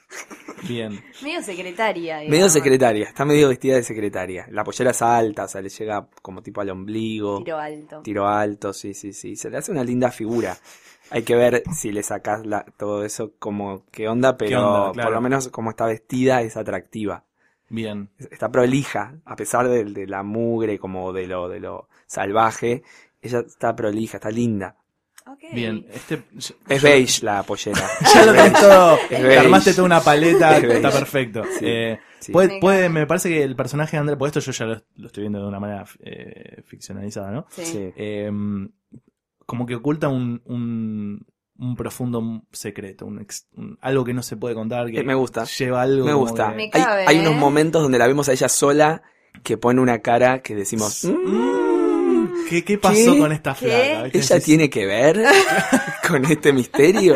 S5: Bien.
S4: Medio secretaria. digamos.
S6: Medio secretaria, está medio vestida de secretaria. La pollera es alta, o sea, le llega como tipo al ombligo.
S4: Tiro alto.
S6: Tiro alto, sí, sí, sí. Se le hace una linda figura. Hay que ver si le sacás la- todo eso como qué onda, pero
S5: onda, claro.
S6: por lo menos como está vestida es atractiva.
S5: Bien.
S6: Es- Está prolija, a pesar de, de la mugre, como de lo, de lo salvaje. Ella está prolija, está linda.
S4: Ok.
S5: Bien. Este.
S6: Es
S5: yo-
S6: beige la pollera.
S5: Ya
S6: Es
S5: lo
S6: beige,
S5: tenés todo.
S6: es
S5: Te
S6: beige.
S5: armaste toda una paleta.
S6: Es beige.
S5: está perfecto.
S6: Sí.
S5: Eh,
S6: Sí.
S5: puede,
S4: Me
S5: puede,
S4: encanta.
S5: me parece que el personaje de Andrea, por esto yo ya lo, lo estoy viendo de una manera eh, ficcionalizada, ¿no?
S4: Sí.
S6: Sí.
S5: Eh, como que oculta un, un, un profundo secreto, un ex- un- algo que no se puede contar. Que
S6: Eh, me gusta.
S5: Lleva algo.
S6: Me
S5: como
S6: gusta.
S5: que-
S4: Me
S6: Hay,
S4: cabe,
S6: hay
S4: ¿eh?
S6: unos momentos donde la vemos a ella sola que pone una cara que decimos, "Mm,
S5: ¿Qué, qué pasó
S6: ¿Qué?
S5: con esta
S4: ¿Qué?
S5: flaca? ¿Viste?
S6: ¿ella
S5: Decís,
S6: tiene que ver con este misterio?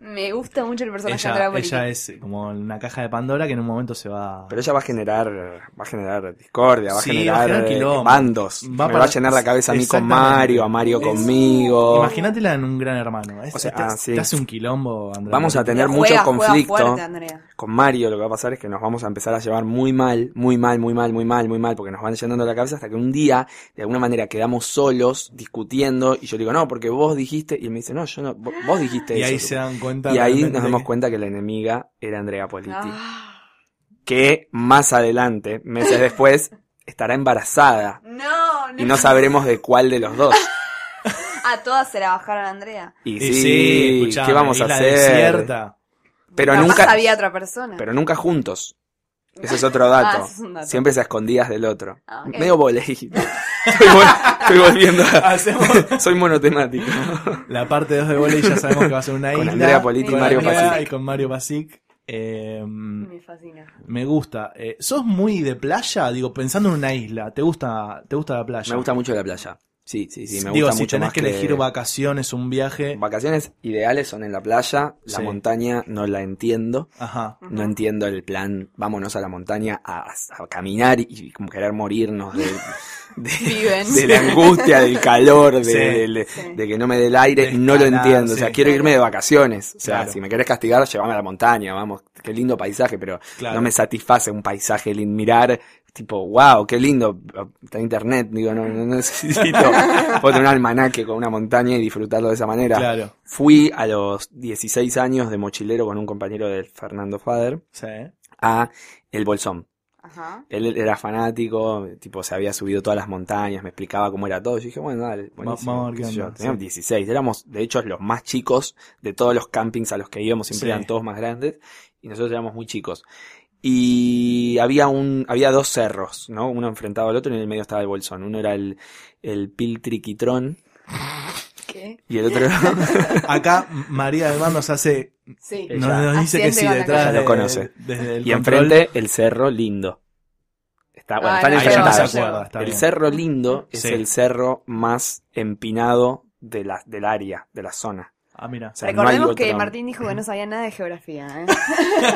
S4: Me gusta mucho el personaje de
S5: Ella,
S4: Andrea Bocelli.
S5: ella es como una caja de Pandora que en un momento se va.
S6: Pero ella va a generar, va a generar discordia, va a
S5: Sí, va a
S6: generar,
S5: generar
S6: eh,
S5: quilombo.
S6: bandos.
S5: Va
S6: Me
S5: para-
S6: va a llenar la cabeza a mí con
S5: Exactamente.
S6: Mario, a Mario
S5: Es-
S6: conmigo.
S5: Imagínatela en un gran hermano. Es-
S6: O sea,
S5: te,
S6: ah, sí.
S5: te hace un quilombo, Andrea.
S6: Vamos a tener
S4: Juega-
S6: mucho
S4: juega
S6: conflicto.
S4: fuerte, Andrea.
S6: Con Mario lo que va a pasar es que nos vamos a empezar a llevar muy mal, muy mal, muy mal, muy mal, muy mal, porque nos van llenando la cabeza hasta que un día, de alguna manera, quedamos solos discutiendo y yo le digo, no, porque vos dijiste, y él me dice, no, yo no, vo- vos dijiste
S5: Y
S6: eso.
S5: ahí se dan
S6: y
S5: cuenta.
S6: ahí
S5: realmente
S6: nos
S5: de
S6: damos
S5: que-
S6: cuenta que la enemiga era Andrea Politi.
S4: Ah,
S6: que más adelante, meses después, estará embarazada
S4: no, no.
S6: y no sabremos de cuál de los dos.
S4: A todas se la bajaron a Andrea.
S6: Y
S5: Y
S6: sí,
S5: escuchame,
S6: ¿qué vamos a
S5: isla
S6: hacer?
S5: desierta.
S6: Pero
S4: Capaz
S6: nunca,
S4: había otra persona.
S6: pero nunca juntos. Ese es otro dato.
S4: Ah, ese es un dato.
S6: Siempre se a escondidas del otro.
S4: Ah, ok.
S6: Medio volei. Estoy, vol- estoy volviendo. a-
S5: Hacemos
S6: Soy monotemático.
S5: la parte 2 de volei ya sabemos que va a ser una
S6: Con
S5: isla.
S6: Andrea Politi y
S5: con
S6: Mario
S5: Andrea
S6: Pasic.
S5: Y con Mario Pasic. Eh,
S4: Me fascina.
S5: Me gusta. Eh, ¿Sos muy de playa? Digo, pensando en una isla, ¿te gusta, te gusta la playa?
S6: Me gusta mucho la playa. Sí, sí, sí. Me
S5: Digo,
S6: gusta
S5: si
S6: mucho
S5: tenés
S6: más
S5: que elegir vacaciones, un viaje.
S6: Vacaciones ideales son en la playa. La
S5: Sí.
S6: montaña no la entiendo.
S5: Ajá.
S6: No entiendo el plan, vámonos a la montaña a, a caminar y como querer morirnos de, de-
S4: Viven.
S6: de la angustia, del calor, de,
S5: Sí.
S6: de- de-
S4: Sí.
S6: de que no me dé el aire.
S5: De
S6: no lo
S5: escalar,
S6: entiendo. O sea,
S5: sí.
S6: quiero irme de vacaciones. O sea,
S5: Claro.
S6: si me querés castigar, llévame a la montaña, vamos. Qué lindo paisaje, pero
S5: Claro.
S6: no me satisface un paisaje lindo. Mirar, tipo, wow, qué lindo. Está internet, digo, no, no necesito. Puedo tener un almanaque con una montaña y disfrutarlo de esa manera.
S5: Claro.
S6: Fui a los 16 años de mochilero con un compañero del Fernando Fader
S5: Sí.
S6: a El Bolsón.
S4: Ajá.
S6: Él era fanático, tipo, se había subido todas las montañas, me explicaba cómo era todo. Yo dije, bueno, dale, buenísimo.
S5: vamos a ver
S6: qué
S5: qué
S6: sé yo.
S5: onda,
S6: Teníamos
S5: sí.
S6: 16, éramos, de hecho, los más chicos de todos los campings a los que íbamos, siempre
S5: Sí.
S6: eran todos más grandes, y nosotros éramos muy chicos. Y había un, había dos cerros, ¿no? Uno enfrentado al otro y en el medio estaba el Bolsón. Uno era el, el Piltriquitrón
S4: ¿Qué?
S6: y el otro era...
S5: Acá María del Mar nos hace.
S4: Sí.
S6: Ella.
S5: Nos, nos dice que
S4: Accidente con
S5: sí,
S4: la
S5: detrás.
S6: calle. Ya lo
S5: de-
S6: conoce.
S5: desde el
S6: y
S5: control.
S6: enfrente el Cerro Lindo. Está, bueno,
S4: Ah,
S6: están
S4: no,
S5: Ahí ya no se
S6: enfrentados.
S4: Llego,
S5: acuerda. está
S6: el
S5: bien.
S6: Cerro Lindo es
S5: Sí.
S6: el cerro más empinado de la, del área, de la zona.
S5: Ah, mira.
S6: O sea, no hay
S4: Recordemos que
S6: otro-
S4: Martín dijo que no sabía nada de geografía. ¿eh?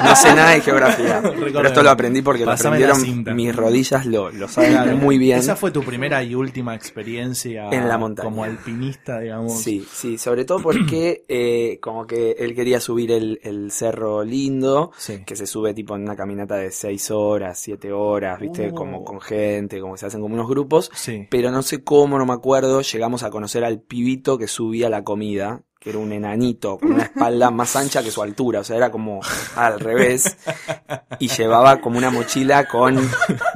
S6: No sé nada de geografía. pero esto
S5: Recordemos.
S6: lo aprendí porque
S5: Pásame la
S6: lo
S5: cinta.
S6: aprendieron mis rodillas, lo, lo saben
S5: Claro.
S6: muy bien.
S5: Esa fue tu primera y última experiencia
S6: En la montaña.
S5: como alpinista, digamos.
S6: Sí, sí, sobre todo porque eh, como que él quería subir el, el cerro lindo,
S5: Sí.
S6: que se sube tipo en una caminata de 6 horas, 7 horas, viste,
S5: Oh.
S6: como con gente, como se hacen como unos grupos,
S5: Sí.
S6: pero no sé cómo, no me acuerdo, llegamos a conocer al pibito que subía la comida, que era un enanito, con una espalda más ancha que su altura, o sea, era como al revés, y llevaba como una mochila con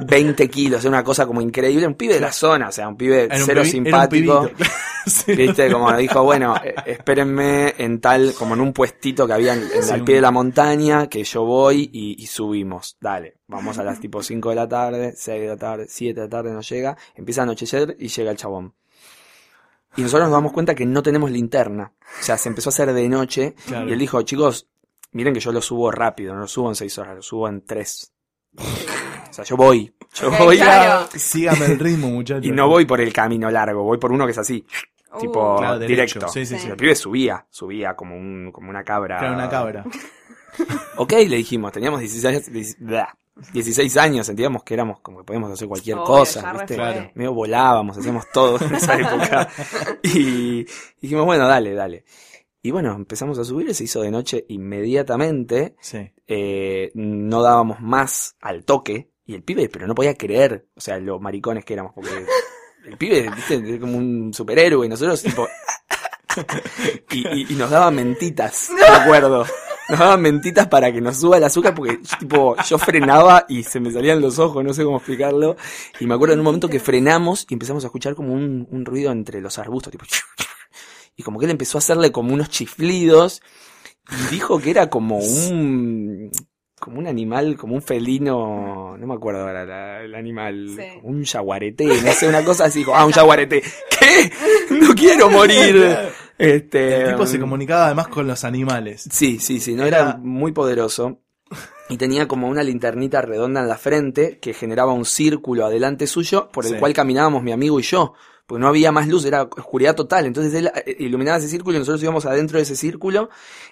S6: 20 kilos, era una cosa como increíble, un pibe de la zona, o sea, un pibe
S5: Era un
S6: cero
S5: pibi- era un
S6: simpático,
S5: pibito.
S6: Viste, como dijo, bueno, eh, espérenme en tal, como en un puestito que había en- en
S5: Sí,
S6: al
S5: un-
S6: pie de la montaña, que yo voy y, y subimos. Dale, vamos a las tipo 5 de la tarde, 6 de la tarde, 7 de la tarde nos llega, empieza a anochecer y llega el chabón. Y nosotros nos damos cuenta que no tenemos linterna. O sea, se empezó a hacer de noche
S5: Claro.
S6: y él dijo, chicos, miren que yo lo subo rápido, no lo subo en 6 horas, lo subo en 3. O sea, yo voy, yo
S4: Ok,
S6: voy a-
S4: claro.
S5: Sígame el ritmo, muchachos.
S6: Y no voy por el camino largo, voy por uno que es así
S4: Uh,
S6: tipo
S5: Claro, derecho.
S6: directo.
S5: Sí, sí, sí.
S6: El pibe subía, subía como un como una cabra.
S5: Claro, una cabra.
S6: Ok, le dijimos, teníamos 16 años, 16 años, sentíamos que éramos como que podíamos hacer cualquier
S4: obvio, ya
S6: cosa,
S4: re
S6: ¿viste?
S4: fue.
S5: Claro.
S6: medio volábamos, hacíamos todo en esa época. Y dijimos, bueno, dale, dale. Y bueno, empezamos a subir, se hizo de noche inmediatamente,
S5: Sí.
S6: eh, no dábamos más al toque, y el pibe, pero no podía creer, o sea, los maricones que éramos, porque el pibe, viste, era como un superhéroe, y nosotros, tipo, y, y- y nos daba mentitas, me acuerdo. Nos daban mentitas para que nos suba el azúcar porque yo, tipo, yo frenaba y se me salían los ojos, no sé cómo explicarlo. Y me acuerdo en un momento que frenamos y empezamos a escuchar como un, un ruido entre los arbustos, tipo... Y como que él empezó a hacerle como unos chiflidos y dijo que era como un... Como un animal, como un felino, no me acuerdo ahora la- el animal,
S4: Sí.
S6: como un yaguareté, no sé, una cosa así, dijo, ah, un yaguareté, ¿qué? No quiero morir. Este,
S5: El tipo se Ah.
S6: um,
S5: comunicaba además con los animales.
S6: Sí, sí, sí, no era,
S5: Era-
S6: muy poderoso. Y tenía como una linternita redonda en la frente que generaba un círculo adelante suyo por el
S5: Sí.
S6: cual caminábamos mi amigo y yo. Porque no había más luz, era oscuridad total. Entonces él eh, iluminaba ese círculo y nosotros íbamos adentro de ese círculo,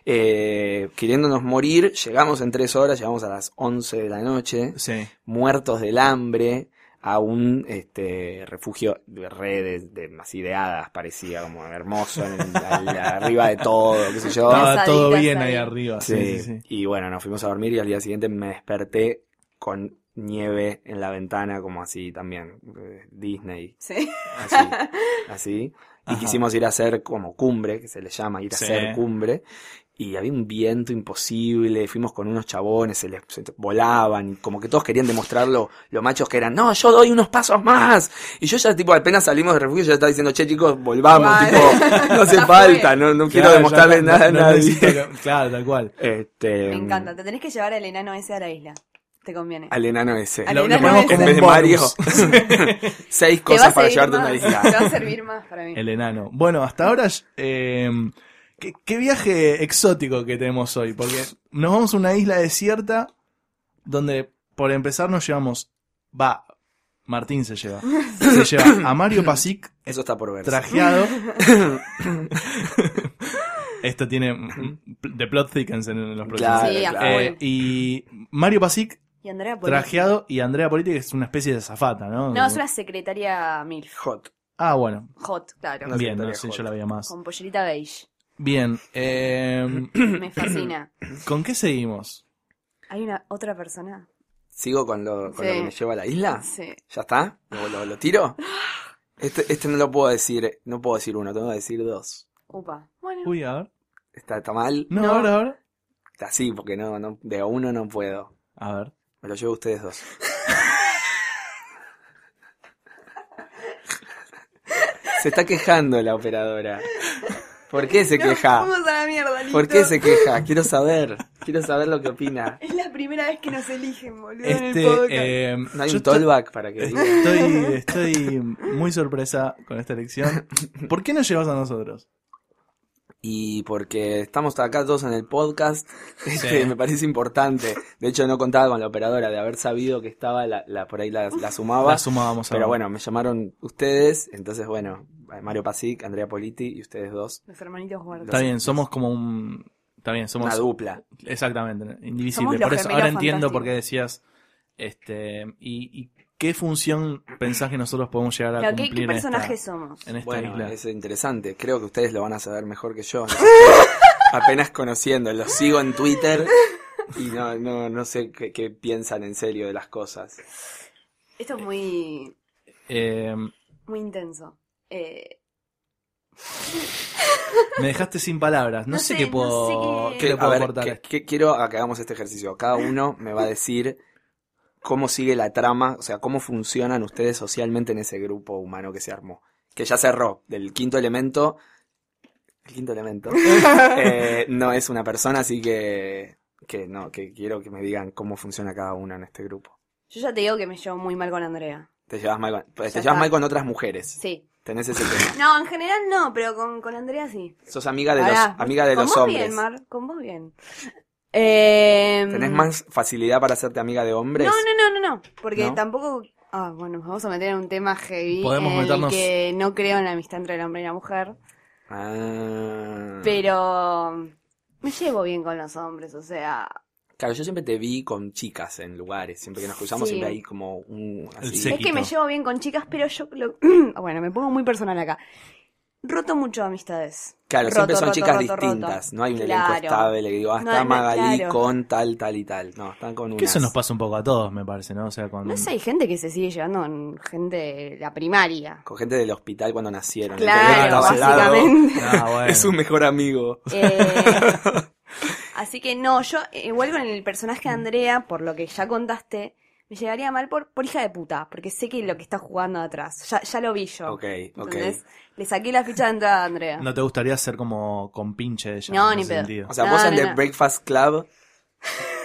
S6: eh, queriéndonos morir. Llegamos en tres horas, llegamos a las 11 de la noche
S5: Sí.
S6: muertos del hambre a un este refugio de redes de, así de hadas parecía como hermoso en- al- arriba de todo qué sé yo
S5: Estaba
S4: Casadita,
S5: todo bien ahí
S4: casadita.
S5: arriba. Sí,
S6: Sí,
S5: sí, sí.
S6: y bueno nos fuimos a dormir y al día siguiente me desperté con nieve en la ventana como así también eh, Disney
S4: Sí.
S6: así así y
S5: Ajá.
S6: quisimos ir a hacer como cumbre que se le llama ir a
S5: Sí.
S6: hacer cumbre y había un viento imposible, fuimos con unos chabones, se les se volaban, y como que todos querían demostrar lo, lo machos que eran. No, yo doy unos pasos más. Y yo ya, tipo, apenas salimos de refugio, ya estaba diciendo, che, chicos, volvamos,
S4: Vale.
S6: tipo, no hace
S4: Ya
S6: falta,
S4: fue.
S6: no, no
S5: Claro,
S6: quiero
S5: ya
S6: demostrarle
S5: no-
S6: nada
S5: no
S6: a nadie.
S5: necesito que- Claro, tal cual.
S6: Este,
S4: Me encanta. Te tenés que llevar al enano ese a la isla. Te conviene.
S6: Al enano ese.
S4: Al
S5: Lo, lo
S4: enano
S5: ponemos
S4: ese.
S5: como
S6: en vez
S5: un
S6: de Mario,
S5: bonus.
S6: seis
S4: Te va a
S6: cosas para
S4: servir
S6: llevarte a una
S4: más,
S6: isla.
S4: Te va a servir más para mí.
S5: El enano. Bueno, hasta ahora, eh, ¿qué, qué viaje exótico que tenemos hoy, porque nos vamos a una isla desierta donde por empezar nos llevamos, va, Martín se lleva, se lleva a Mario Pasic
S6: Eso está por verse.
S5: trajeado. Esto tiene mm, de plot thickens en los próximos.
S6: Claro,
S4: Sí, a
S6: claro.
S4: full.
S5: Eh, y Mario Pasic
S4: Y Andrea Poli-
S5: trajeado y Andrea Politi que es una especie de zafata, ¿no?
S4: No, es una secretaria MILF.
S6: Hot.
S5: Ah, bueno.
S4: Hot, claro.
S6: Una
S5: Bien, no
S6: secretaria
S5: sé,
S6: joven.
S5: yo la veía más.
S4: Con pollerita beige.
S5: Bien, eh,
S4: Me fascina.
S5: ¿con qué seguimos?
S4: ¿Hay una otra persona?
S6: ¿Sigo con lo, con lo
S4: Sí.
S6: que me lleva a la isla?
S4: Sí.
S6: ¿Ya está? ¿Lo, lo- lo tiro? Este, este no lo puedo decir, no puedo decir uno, tengo que decir dos.
S4: Upa. Bueno.
S5: Uy, a ver.
S6: Está, está mal,
S5: No,
S4: No.
S5: ahora, ahora.
S6: está así, porque no, no, de a uno no puedo.
S5: A ver.
S6: Me lo llevo a ustedes dos. Se está quejando la operadora. ¿Por qué se
S4: No,
S6: queja?
S4: Vamos a la mierda, listo.
S6: ¿Por qué se queja? Quiero saber, quiero saber lo que opina.
S4: Es la primera vez que nos eligen, boludo, en
S5: Este,
S4: el podcast.
S5: eh,
S6: No hay
S5: yo
S6: un tollback para que diga.
S5: estoy, estoy muy sorpresa con esta elección. ¿Por qué nos llevas a nosotros?
S6: Y porque estamos acá todos en el podcast, este, me parece importante. De hecho, no contaba con la operadora de haber sabido que estaba, la, la- por ahí la, la sumaba.
S5: La sumábamos a
S6: pero bueno, me llamaron ustedes, entonces bueno, Mario Pasic, Andrea Politi y ustedes dos.
S4: Los hermanitos guardos.
S5: Está bien, somos como un. Está bien, somos.
S6: Una dupla.
S5: Exactamente,
S4: Somos
S5: indivisible.
S4: los
S5: Por eso,
S4: gemelos
S5: ahora entiendo
S4: fantásticos.
S5: por qué decías. Este, y, y qué función pensás que nosotros podemos llegar a
S4: Claro, ¿qué,
S5: cumplir
S4: qué
S5: en esta-
S4: personajes somos?
S5: en esta
S6: Bueno,
S5: isla?
S6: es interesante. Creo que ustedes lo van a saber mejor que yo. Apenas conociendo, los sigo en Twitter y no, no, no sé qué, qué piensan en serio de las cosas.
S4: Esto es muy,
S5: Eh,
S4: muy intenso. Eh,
S5: me dejaste sin palabras. No,
S4: No
S5: sé,
S4: sé,
S5: qué
S4: no
S5: puedo,
S4: sé qué-
S5: qué le
S6: a
S5: puedo
S6: ver,
S5: aportar a
S6: que-
S5: esto.
S6: que quiero a que hagamos este ejercicio. Cada uno me va a decir cómo sigue la trama, o sea, cómo funcionan ustedes socialmente en ese grupo humano que se armó. que ya cerró, del quinto elemento. El quinto elemento. eh, no es una persona, así que, que no, que quiero que me digan cómo funciona cada una en este grupo.
S4: Yo ya te digo que me llevo muy mal con Andrea.
S6: Te llevas mal con, pues, te
S4: Ya
S6: llevas
S4: está.
S6: mal con otras mujeres.
S4: Sí.
S6: Tenés ese tema.
S4: No, en general no, pero con, con Andrea sí.
S6: Sos amiga de los,
S4: Pará,
S6: amiga de
S4: con
S6: los
S4: vos
S6: hombres.
S4: bien, Mar, con vos bien. Eh,
S6: ¿Tenés más facilidad para hacerte amiga de hombres?
S4: No, no, no, no, no. Porque
S6: ¿No?
S4: tampoco. Ah, bueno, nos vamos a meter en un tema heavy.
S5: Podemos
S4: en el
S5: meternos-
S4: que no creo en la amistad entre el hombre y la mujer.
S6: Ah.
S4: Pero. mm, Me llevo bien con los hombres, o sea.
S6: Claro, yo siempre te vi con chicas en lugares. Siempre que nos cruzamos,
S4: Sí.
S6: siempre hay como un.
S5: El
S6: así.
S5: sexo.
S4: Es que me llevo bien con chicas, pero yo. lo- bueno, me pongo muy personal acá. Roto mucho amistades.
S6: Claro,
S4: Roto,
S6: siempre son
S4: roto,
S6: chicas
S4: roto, roto.
S6: distintas. No hay un
S4: Claro.
S6: elenco estable que digo, ah,
S4: No,
S6: está
S4: no,
S6: Magalí
S4: claro.
S6: con tal, tal y tal. No, están con unas.
S5: Que eso nos pasa un poco a todos, me parece, ¿no? O sea, con...
S6: Mm.
S4: No sé, hay gente que se sigue llevando con gente de la primaria.
S6: Con gente del hospital cuando nacieron.
S4: Claro,
S6: Entonces, estaba al lado,
S4: básicamente.
S5: Ah, bueno.
S6: Es un mejor amigo.
S4: Eh, así que no, yo eh, igual con el personaje de
S6: Mm.
S4: Andrea, por lo que ya contaste, me llegaría mal por, por hija de puta, porque sé que lo que está jugando atrás. Ya, ya lo vi yo.
S6: Ok, ok.
S4: Entonces, le saqué la ficha de entrada a Andrea.
S5: ¿No te gustaría ser como con pinche de ella?
S4: No,
S5: en
S4: ni
S5: ese
S4: pedo.
S5: sentido?
S6: O sea,
S4: No,
S6: vos
S4: no,
S6: en The
S4: no.
S6: Breakfast Club,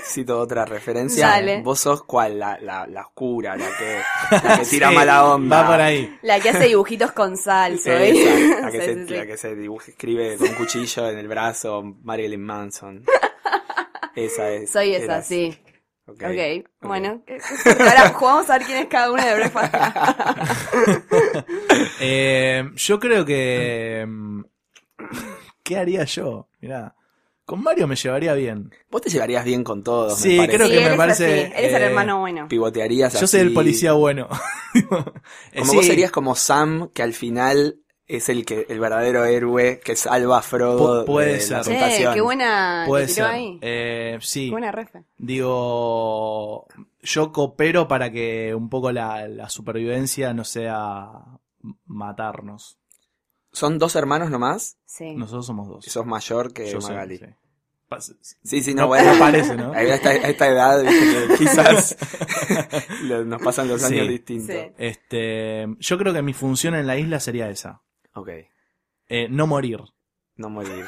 S6: cito otra referencia,
S4: Dale.
S6: vos sos cual la, la, la oscura, la que, la que tira
S5: Sí,
S6: mala onda.
S5: Va por ahí.
S4: La que hace dibujitos con salsa. ¿eh?
S6: Esa, la que,
S4: Sí,
S6: se,
S4: sí, sí.
S6: la que se dibuja, escribe con un cuchillo en el brazo, Marilyn Manson. Esa es.
S4: Soy esa,
S6: eras.
S4: sí.
S6: Ok.
S4: Ok, bueno. ¿qué- qué- ahora jugamos a ver quién es cada una de Breakfast Club.
S5: Eh, yo creo que... mm, ¿Qué haría yo? Mirá, con Mario me llevaría bien.
S6: Vos te llevarías bien con todos,
S5: Sí,
S6: me parece.
S5: creo
S4: sí,
S5: que me
S4: eres
S5: parece,
S4: así, eres el
S5: eh,
S4: hermano bueno.
S6: Pivotearías
S5: Yo soy el
S6: así.
S5: policía bueno. Eh,
S6: Como
S5: sí,
S6: vos serías como Sam, que al final es el que el verdadero héroe que salva a Frodo
S5: Pu- puede
S6: de la
S5: ser.
S4: Che,
S6: tentación.
S4: qué buena
S5: Puede
S4: que tiró
S5: ser.
S4: ahí.
S5: Eh, sí.
S4: Qué buena refe.
S5: Digo, yo coopero para que un poco la, la supervivencia no sea matarnos.
S6: ¿Son dos hermanos nomás?
S4: Sí.
S5: Nosotros somos dos.
S6: Sos mayor que
S5: Yo soy,
S6: Magali.
S5: sí. Pas-
S6: sí, sí, no,
S5: no,
S6: bueno.
S5: no parece, ¿no?
S6: A esta, a esta edad viste, que quizás lo- nos pasan los años
S5: Sí.
S6: distintos.
S4: Sí.
S5: Este, yo creo que mi función en la isla sería esa.
S6: Ok,
S5: Eh, no morir.
S6: no morir.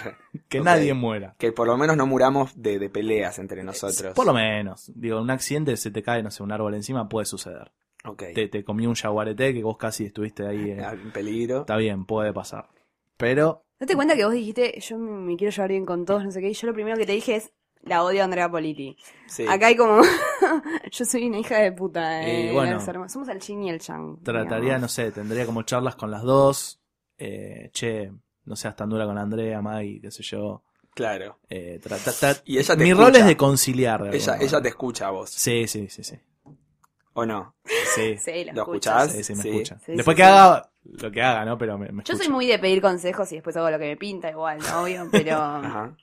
S5: Que
S6: Ok.
S5: nadie muera.
S6: Que por lo menos no muramos de, de peleas entre nosotros.
S5: Por lo menos. Digo, un accidente se te cae, no sé, un árbol encima, puede suceder.
S6: Ok, Ah,
S5: Te, te comió un jaguarete que vos casi estuviste ahí. eh,
S6: en peligro.
S5: Está bien, puede pasar. Pero,
S4: Date cuenta que vos dijiste, yo me me quiero llevar bien con todos, no sé qué, y yo lo primero que te dije es, la odio a Andrea Politi.
S6: Sí.
S4: Acá hay como, yo soy una hija de puta.
S5: Y
S4: eh,
S5: bueno.
S4: los hermanos- somos el chin y el yang.
S5: trataría, no
S4: digamos.
S5: sé, tendría como charlas con las dos. Eh, che, no seas tan dura con Andrea, Maggie, qué sé yo.
S6: Claro.
S5: Eh, tra- tra- tra-
S6: Y ella te
S5: Mi
S6: escucha.
S5: rol es de conciliar. de
S6: Ella,
S5: alguna
S6: ella te
S5: manera.
S6: escucha a vos,
S5: Sí, sí, sí, sí.
S6: ¿o no?
S5: Sí,
S4: Sí, la
S6: ¿Lo
S4: escucho.
S6: escuchás?
S5: sí, sí, me
S6: Sí.
S5: escucha.
S4: Sí,
S5: Después
S4: sí,
S5: que
S4: sí.
S5: haga lo que haga, ¿no? Pero me, me
S4: Yo soy
S5: escucha.
S4: muy de pedir consejos y después hago lo que me pinta igual, obvio, pero
S6: Ajá.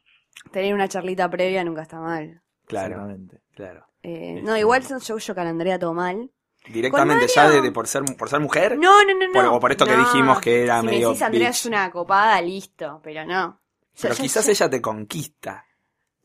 S4: tener una charlita previa nunca está mal.
S6: Claro,
S5: Exactamente.
S6: claro.
S4: Eh, no, igual yo, yo con Andrea todo mal.
S6: Directamente
S4: Con
S6: ya
S4: Mario.
S6: de, de por ser por ser mujer.
S4: No, no, no, no.
S6: Por- o por esto que
S4: No.
S6: dijimos que era
S4: si
S6: medio
S4: me decís Andrea
S6: bitch.
S4: es una copada, listo, pero no. Yo-
S6: pero
S4: yo-
S6: quizás
S4: yo-
S6: ella te conquista.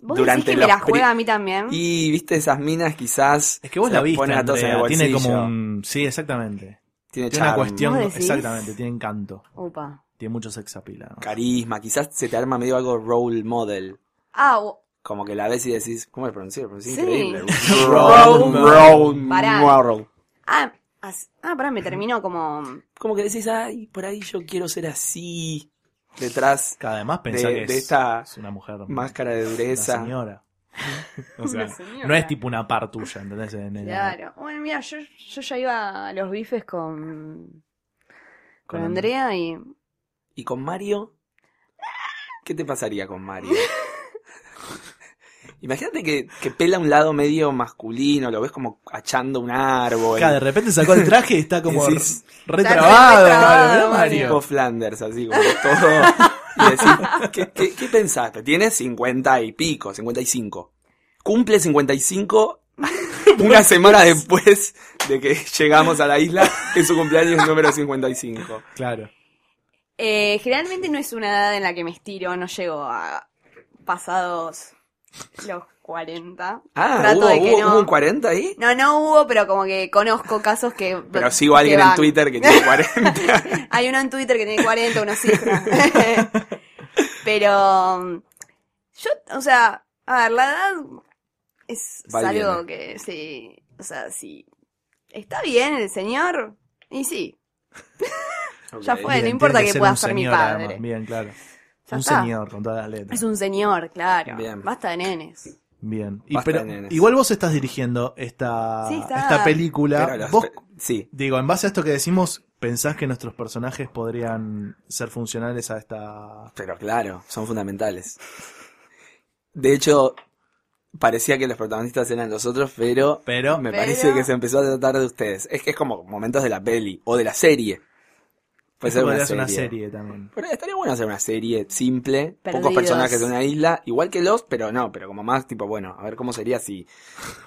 S4: ¿Vos
S6: durante
S4: decís que me
S6: los
S4: la
S6: pri-
S4: juega a mí también?
S6: Y viste esas minas quizás
S5: Es que vos
S6: se
S5: la
S6: las
S5: viste,
S6: ponen a todos en el
S5: Andrea, tiene
S6: bolsillo.
S5: como un... Sí, exactamente.
S6: tiene,
S5: Tiene una
S6: charm,
S5: cuestión...
S4: ¿Vos decís?
S5: Exactamente, tiene encanto.
S4: Upa.
S5: Tiene mucho sex appeal, ¿no?
S6: carisma, quizás se te arma medio algo role model.
S4: Ah, o-
S6: Como que la ves y decís, ¿cómo lo pronuncié? Lo pronuncié
S4: Sí.
S6: increíble.
S5: Role
S6: role
S4: Pará.
S6: model.
S4: ah, as- ah, pará, me terminó como...
S6: Como que decís, ay, por ahí yo quiero ser así. Detrás,
S5: Que Además pensá
S6: De-
S5: que
S6: de
S5: es,
S6: esta
S5: es una mujer...
S6: máscara de
S5: una
S6: dureza.
S5: señora. O sea,
S4: Una señora.
S5: no es tipo una par tuya, ¿entendés? En- en-
S4: Claro. Bueno, mira, yo, yo ya iba a los bifes con... Con
S5: Con
S4: Andrea y...
S6: ¿Y con Mario? ¿Qué te pasaría con Mario? Imagínate que, que pela un lado medio masculino, lo ves como achando un árbol.
S5: Acá de repente sacó el traje y está como
S6: Decís-
S5: retrabado,
S4: Está retrabado,
S5: Mario.
S6: Tipo
S5: Mirá,
S6: Flanders, así como todo. Y decís, ¿qué, qué, qué pensaste? Tiene 50 y pico, 55. Cumple 55 una semana después de que llegamos a la isla, es su cumpleaños número 55.
S5: Mario. Claro.
S4: Eh, generalmente no es una edad en la que me estiro, no llego a pasados los 40.
S6: Ah,
S4: Trato
S6: ¿hubo,
S4: de que
S6: hubo-
S4: no.
S6: hubo un 40 ahí?
S4: No, no hubo, pero como que conozco casos que.
S6: Pero sigo a alguien
S4: que
S6: en
S4: van.
S6: Twitter que tiene 40.
S4: Hay uno en Twitter que tiene 40, unos cifras. pero. um, Yo, o sea, a ver, la edad es, es
S6: Va y
S4: algo que sí. O sea, si está bien el señor, y sí, Ya
S6: Ok.
S4: fue. Bueno,
S5: Bien,
S4: no importa
S5: tiene
S4: que
S5: ser
S4: pueda
S5: un
S4: ser mi
S5: señor,
S4: padre.
S5: además. Bien, claro.
S4: ya
S5: un
S4: está.
S5: señor con todas las letras.
S4: Es un señor, claro.
S6: Bien.
S4: Basta de nenes.
S5: Bien. Y
S6: Basta
S5: pero-
S6: de nenes.
S5: igual vos estás dirigiendo esta,
S4: Sí, está.
S5: esta película.
S6: Pero los-
S5: Vos,
S6: Sí.
S5: digo, en base a esto que decimos, ¿pensás que nuestros personajes podrían ser funcionales a esta.
S6: Pero claro, son fundamentales. De hecho, parecía que los protagonistas eran los otros, pero
S5: Pero.
S6: me
S4: Pero-
S6: parece que se empezó a tratar de ustedes. Es que es como momentos de la peli o de la serie. Puede
S5: esto
S6: ser una
S5: podría
S6: serie.
S5: ser una serie también.
S6: Pero estaría bueno hacer una serie simple,
S4: Perdidos.
S6: pocos personajes en una isla, igual que los, pero no, pero como más tipo, bueno, a ver cómo sería si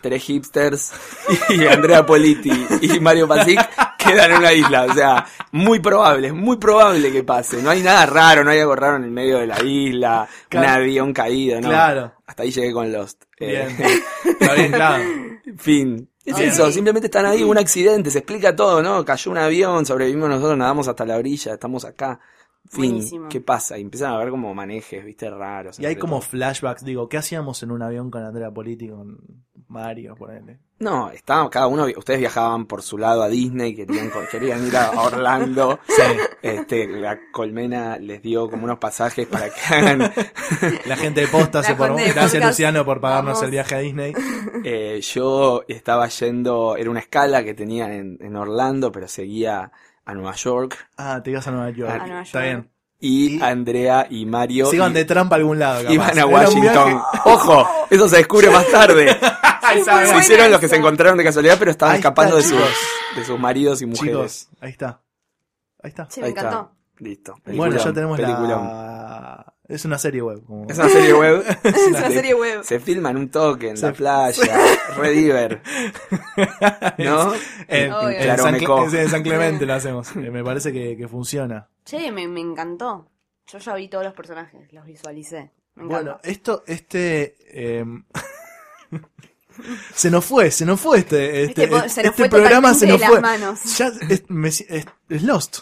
S6: tres hipsters y Andrea Politi y Mario Pasic quedan en una isla. O sea, muy probable, es muy probable que pase. No hay nada raro, no hay algo raro en el medio de la isla,
S5: Claro.
S6: un avión caído, ¿no?
S5: Claro.
S6: Hasta ahí llegué con Lost. Eh,
S5: Bien. Está bien, claro.
S6: Fin. Es
S4: Bien.
S6: eso, simplemente están ahí, un accidente, se explica todo, ¿no? Cayó un avión, sobrevivimos nosotros, nadamos hasta la orilla, estamos acá. Fin.
S4: Buenísimo.
S6: ¿Qué pasa? Y empiezan a ver como manejes, viste, raros.
S5: Y hay
S6: entre
S5: como
S6: todo.
S5: flashbacks. Digo, ¿qué hacíamos en un avión con Andrea Politi, con Mario, ponele?
S6: No, estaban, cada uno, vi- ustedes viajaban por su lado a Disney, querían, co- querían ir a Orlando. Este, la colmena les dio como unos pasajes para que hagan.
S5: La gente de posta
S4: La
S5: se por...
S4: gente de
S5: Gracias,
S4: podcast.
S5: Luciano, por pagarnos
S4: Vamos.
S5: el viaje a Disney.
S6: Eh, yo estaba yendo, era una escala que tenían en, en Orlando, pero seguía a Nueva York.
S5: Ah, te ibas a Nueva York.
S4: A Nueva
S5: Está
S4: York.
S5: bien.
S6: Y
S5: Y-
S6: Andrea y Mario.
S5: Se iban
S6: y-
S5: de trampa a algún lado. capaz.
S6: Iban
S5: Era
S6: a
S5: un
S6: Washington.
S5: viaje-
S6: Ojo, eso se descubre más tarde.
S4: Ay,
S5: sabe.
S6: Se hicieron los que se encontraron de casualidad, pero estaban
S5: Ahí está,
S6: escapando de
S5: chicos.
S6: sus de sus maridos y mujeres.
S5: Chicos, ahí está. Ahí está.
S4: Sí, me
S6: Ahí está.
S4: encantó.
S6: Listo.
S5: bueno, ya
S6: Peliculón,
S5: tenemos
S6: peliculón.
S5: la. Es una serie web. como-
S6: Es una serie web.
S4: Es una serie web.
S6: Se filma en un toque, en
S5: Se-
S6: la playa, re diver, ¿no?
S5: En,
S4: Obvio.
S5: en
S6: Claro,
S5: San,
S6: me
S5: Cle-
S6: co-
S5: es en San Clemente lo hacemos. Eh, Me parece que, que funciona.
S4: Che, me, me encantó. Yo ya vi todos los personajes, los visualicé. Me
S5: Bueno,
S4: encantó.
S5: esto, este. em, se nos fue, se nos fue este, este,
S4: Este po- se nos
S5: este
S4: fue
S5: programa,
S4: totalmente
S5: se nos
S4: de
S5: fue.
S4: las manos.
S5: Ya es, me si- es- es Lost,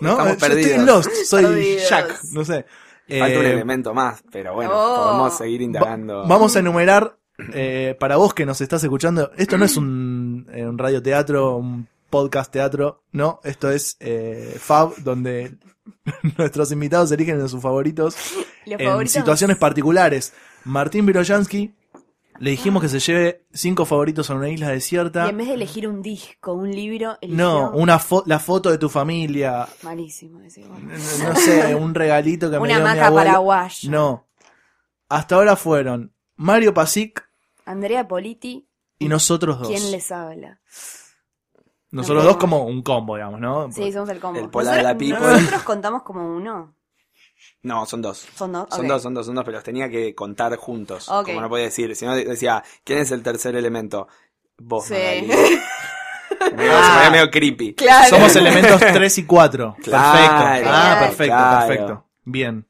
S5: ¿no?
S6: Estamos
S5: Yo
S6: perdidos.
S5: Estoy Lost, soy
S4: Perdidos.
S5: Jack, no sé.
S6: Falta un
S5: Eh,
S6: elemento más, pero bueno,
S4: Oh.
S6: podemos seguir indagando.
S5: Vamos a enumerar, eh, para vos que nos estás escuchando, esto no es un, eh, un radioteatro, un podcast teatro, no, esto es eh, Fab, donde nuestros invitados eligen de sus favoritos
S4: Los
S5: en
S4: favoritos.
S5: situaciones particulares. Martín Viroyansky, le dijimos que se lleve cinco favoritos a una isla
S4: Y
S5: desierta.
S4: en vez de elegir un disco, un libro, eligió...
S5: No, una fo- la foto de tu familia,
S4: Malísimo ese bueno.
S5: no sé, un regalito que me
S4: Una
S5: dio mi
S4: hamaca
S5: abuela.
S4: paraguaya.
S5: No. Hasta ahora fueron Mario Pasic
S4: Andrea Politi,
S5: y nosotros dos.
S4: ¿quién les habla?
S5: Nosotros
S4: Andrea.
S5: dos como un combo, digamos, ¿no?
S4: Sí, somos el combo.
S6: El polar de la
S4: nosotros,
S6: people.
S4: nosotros contamos como uno.
S6: No, son dos.
S4: Son dos.
S6: Son
S4: ok.
S6: dos, son dos, son dos, pero los tenía que contar juntos.
S4: Ok.
S6: Como no podía decir. Si no, de- decía, ¿quién es el tercer elemento? Vos,
S4: Sí. Ah.
S6: Magali. Medio- se ponía medio creepy.
S4: Claro.
S5: Somos elementos 3 y 4. perfecto.
S6: Claro,
S5: Ah, perfecto,
S6: claro.
S5: perfecto. Bien.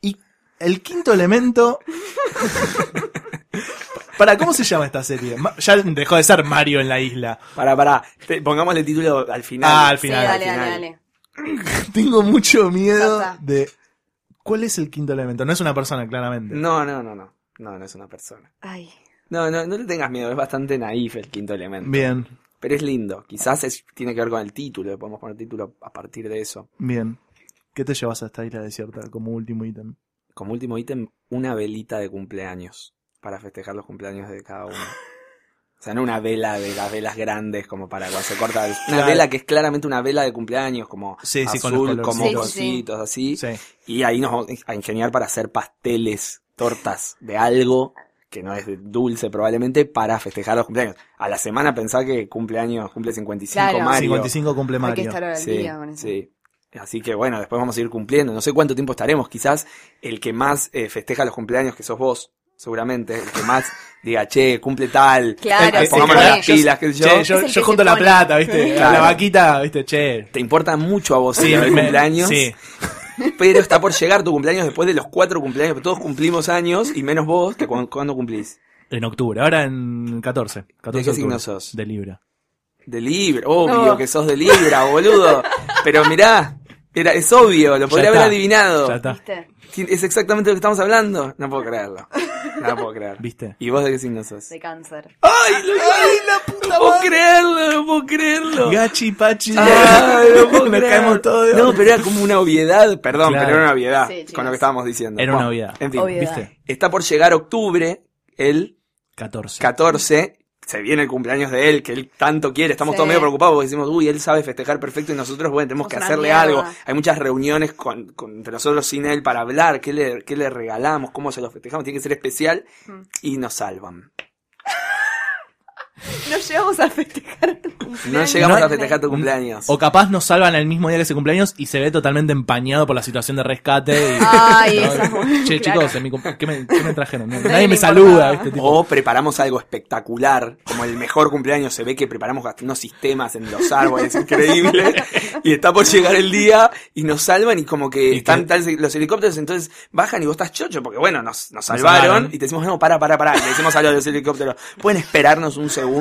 S5: Y el quinto elemento. ¿Para cómo se llama esta serie? Ma- Ya dejó de ser Mario en la isla.
S6: Pará, pará. Te- pongámosle el título al final.
S5: Ah, al
S4: Sí,
S5: final,
S4: dale,
S6: al
S4: dale,
S6: final.
S4: dale.
S5: Tengo mucho miedo
S4: Ya está.
S5: de. ¿Cuál es el quinto elemento? No es una persona, claramente.
S6: No, no, no, no. No, no es una persona.
S4: Ay,
S6: No, no, no le tengas miedo. Es bastante naif el quinto elemento.
S5: Bien,
S6: Pero es lindo. Quizás es- tiene que ver con el título. le Podemos poner título a partir de eso.
S5: bien. ¿Qué te llevas a esta isla desierta como último ítem?
S6: Como último ítem, una velita de cumpleaños. Para festejar los cumpleaños de cada uno. O sea, no una vela de las velas grandes como para cuando se corta. Una
S5: Claro.
S6: vela que es claramente una vela de cumpleaños, como
S5: Sí, sí, con los
S6: azul, como
S4: colorcitos. Sí, sí.
S6: cositos, así.
S5: Sí.
S6: Y ahí nos vamos a ingeniar para hacer pasteles, tortas de algo que no es dulce probablemente para festejar los cumpleaños. A la semana pensá que cumpleaños cumple 55
S4: Claro.
S6: Mario.
S5: 55 cumple
S4: hay que
S5: Mario.
S4: estar al
S6: Sí,
S4: día con eso.
S6: sí. Así que bueno, después vamos a ir cumpliendo. No sé cuánto tiempo estaremos. Quizás el que más eh, festeja los cumpleaños, que sos vos, seguramente. El que más diga, che, cumple tal.
S4: Claro,
S6: eh,
S4: se
S6: pongámonos
S4: pone.
S6: las pilas, qué sé yo.
S5: Che, yo,
S4: Es el
S5: yo
S4: que
S5: junto
S4: se
S5: la
S4: pone.
S5: plata, ¿viste? A La
S6: Claro.
S5: vaquita, ¿viste? Che.
S6: Te importa mucho a vos sí, el
S5: me-
S6: cumpleaños.
S5: Sí.
S6: Pero está por llegar tu cumpleaños después de los cuatro cumpleaños. Todos cumplimos años y menos vos, que cuando, cumplís.
S5: En octubre, ahora en 14. 14
S6: ¿De qué
S5: octubre.
S6: signo sos?
S5: De Libra.
S6: De Libra, obvio
S4: No.
S6: que sos de Libra, boludo. Pero mirá, era, es obvio, lo podría haber
S5: está.
S6: adivinado.
S5: Ya está.
S4: ¿Viste?
S6: Es exactamente lo que estamos hablando. No puedo creerlo. No puedo creer.
S5: ¿Viste?
S6: ¿Y vos de qué signo sos?
S4: De cáncer.
S6: ¡Ay, lo- ay, la puta! No puedo creerlo, no puedo creerlo.
S5: Gachi, Pachi.
S6: Ay, Ah, no puedo
S5: Nos
S6: creer.
S5: caemos todos. de-
S6: No, pero era como una obviedad, perdón,
S5: Claro.
S6: pero era una obviedad
S4: Sí, chicos.
S6: con lo que estábamos diciendo.
S5: Era una
S6: Bueno,
S5: obviedad.
S6: En fin,
S4: Obviedad.
S5: ¿Viste?
S6: está por llegar octubre, el
S5: 14.
S6: 14, se viene el cumpleaños de él, que él tanto quiere, estamos
S4: Sí.
S6: todos medio preocupados porque decimos, uy, él sabe festejar perfecto y nosotros, bueno, tenemos que
S4: Somos una
S6: hacerle
S4: mierda.
S6: algo. Hay muchas reuniones con, con- entre nosotros sin él para hablar, qué le, qué le regalamos, cómo se lo festejamos, tiene que ser especial
S4: Mm.
S6: y nos salvan.
S4: No llegamos a festejar tu
S6: No
S4: cumpleaños.
S6: llegamos
S5: No Mm.
S6: a festejar tu cumpleaños.
S5: O capaz nos salvan el mismo día que ese cumpleaños y se ve totalmente empañado por la situación de rescate. y-
S4: Ay,
S5: ¿no?
S4: esa es
S5: Che,
S4: claro.
S5: chicos, en mi cum- ¿qué, me, qué me trajeron? Nadie,
S4: Nadie
S5: me
S4: le
S5: saluda,
S4: importaba.
S5: ¿viste? Tipo,
S6: O preparamos algo espectacular, como el mejor cumpleaños. Se ve que preparamos hasta unos sistemas en los árboles, increíble. Y está por llegar el día y nos salvan y como que
S5: que-
S6: están tal- los helicópteros, entonces bajan y vos estás chocho, porque bueno, nos, nos
S5: salvaron.
S6: salvaron y te decimos, no, para, para, para. Y le decimos a los helicópteros, pueden esperarnos un segundo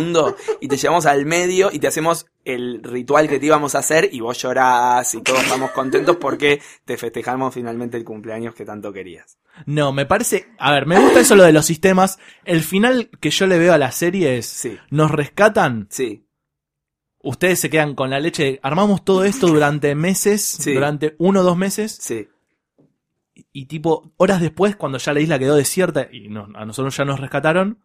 S6: y te llevamos al medio y te hacemos el ritual que te íbamos a hacer y vos llorás y todos estamos contentos porque te festejamos finalmente el cumpleaños que tanto querías.
S5: No, me parece. A ver, me gusta eso lo de los sistemas. El final que yo le veo a la serie es.
S6: Sí,
S5: Nos rescatan,
S6: sí,
S5: ustedes se quedan con la leche. de- Armamos todo esto durante meses,
S6: Sí.
S5: durante uno o dos meses,
S6: sí.
S5: y tipo, horas después, cuando ya la isla quedó desierta y no- a nosotros ya nos rescataron,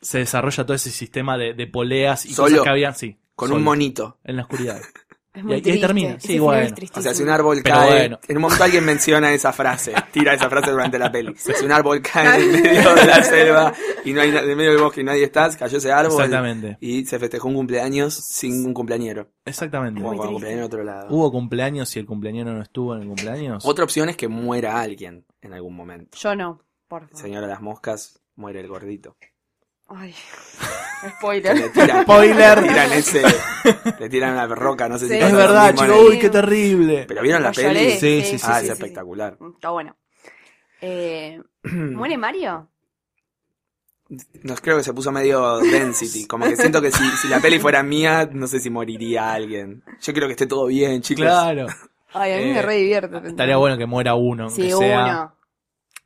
S5: se desarrolla todo ese sistema de, de poleas y
S6: Solo.
S5: cosas que habían, sí.
S6: Con
S5: solo,
S6: un monito.
S5: En la oscuridad.
S4: Es muy
S5: Y ahí
S4: triste.
S5: termina.
S4: Ese
S5: Sí,
S4: final
S5: bueno.
S4: es
S6: O
S4: tristísimo.
S6: sea, si un árbol
S5: Pero
S6: cae,
S5: bueno.
S6: en un momento alguien menciona esa frase, tira esa frase durante la peli. Si un árbol cae en el medio de la selva y no hay na- en medio del bosque y nadie está, cayó ese árbol
S5: Exactamente.
S6: y se festejó un cumpleaños sin un cumpleañero.
S5: Exactamente.
S6: O con
S4: triste.
S6: un cumpleañero de otro lado.
S5: Hubo cumpleaños y el cumpleañero no estuvo en el cumpleaños.
S6: Otra opción es que muera alguien en algún momento.
S4: Yo no, por favor.
S6: Señora las moscas, muere el gordito.
S4: Ay.
S6: Que
S4: Spoiler.
S6: Le tiran,
S5: Spoiler.
S6: Le tiran ese, le tiran una roca, no sé
S4: Sí.
S6: si pasa
S5: es
S6: lo
S5: verdad,
S6: mismo en
S5: chicos.
S6: el-
S5: Uy, qué terrible.
S6: Pero vieron la
S4: Lo lloré,
S6: peli.
S5: Sí, sí, sí,
S6: ah, es
S5: sí, sí.
S6: espectacular.
S4: Está bueno. Eh, ¿Muere Mario?
S6: No, creo que se puso medio density. Como que siento que si, si la peli fuera mía, no sé si moriría alguien. Yo creo que esté todo bien, chicos.
S5: Claro.
S4: Ay, a mí
S5: Eh,
S4: me re divierte.
S5: Estaría bueno que muera uno.
S4: Sí,
S5: aunque
S4: uno.
S5: sea.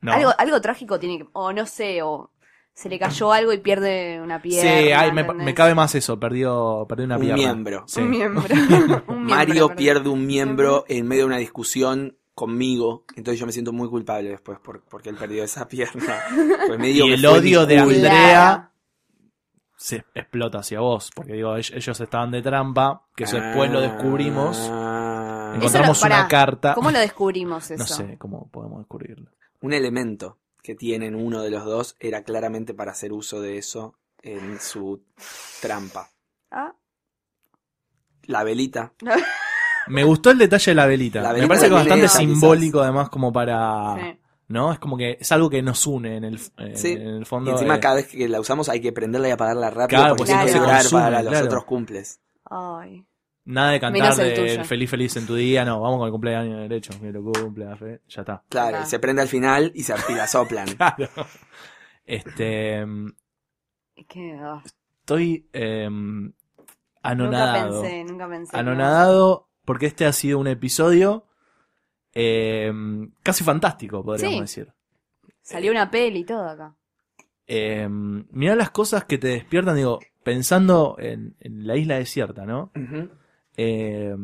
S5: No.
S4: Algo, algo trágico tiene que. O no sé, o se le cayó algo y pierde una
S5: Sí,
S4: pierna.
S5: ay, me,
S4: ¿entendés?
S5: me cabe más eso. Perdió, perdió una
S6: Un
S5: pierna.
S6: miembro.
S5: Sí.
S4: Un miembro. Un miembro,
S6: Mario
S4: perdón.
S6: pierde un miembro en medio de una discusión conmigo. Entonces yo me siento muy culpable después por, porque él perdió esa pierna. Pues medio
S5: Y
S6: que
S5: el
S6: fue mi
S5: odio de
S6: culpa.
S5: Andrea.
S4: Claro.
S5: Se explota hacia vos. Porque digo, ell- ellos estaban de trampa. Que eso después lo descubrimos.
S6: Ah.
S5: Encontramos
S4: Eso lo-
S5: una
S4: pará,
S5: carta.
S4: ¿Cómo lo descubrimos eso?
S5: No sé cómo podemos descubrirlo.
S6: un elemento que tienen uno de los dos era claramente para hacer uso de eso en su trampa.
S4: Ah,
S6: La velita.
S5: Me gustó el detalle de la velita.
S6: La
S5: me
S6: velita
S5: parece que es
S6: también
S5: bastante
S6: era, quizás.
S5: simbólico, además, como para.
S4: sí.
S5: ¿No? Es como que es algo que nos une en el, en-
S6: Sí.
S5: en el
S6: Y
S5: fondo.
S6: encima
S5: eh,
S6: cada vez que la usamos hay que prenderla y apagarla rápido
S5: Claro,
S6: porque
S4: pues si
S6: si
S4: no
S6: no
S4: se
S5: consume,
S6: para los
S5: claro.
S6: otros cumples.
S4: Ay.
S5: Nada de cantar
S4: Menos el
S5: de
S4: tuyo.
S5: feliz, feliz en tu día. No, vamos con el cumpleaños derecho. Que lo cumpla, fe- ya está.
S6: Claro,
S4: Ah.
S6: y se prende al final y se y la soplan.
S5: Claro. Este. mm,
S4: Es que. ah,
S5: Estoy. eh,
S4: nunca
S5: anonadado.
S4: pensé, nunca pensé.
S5: Anonadado porque este ha sido un episodio. eh, casi fantástico, podríamos
S4: Sí.
S5: decir.
S4: no. Salió una peli y todo acá.
S5: Eh, mirá las cosas que te despiertan, digo, pensando en, en la isla desierta, ¿no?
S6: Ujú.
S5: Eh,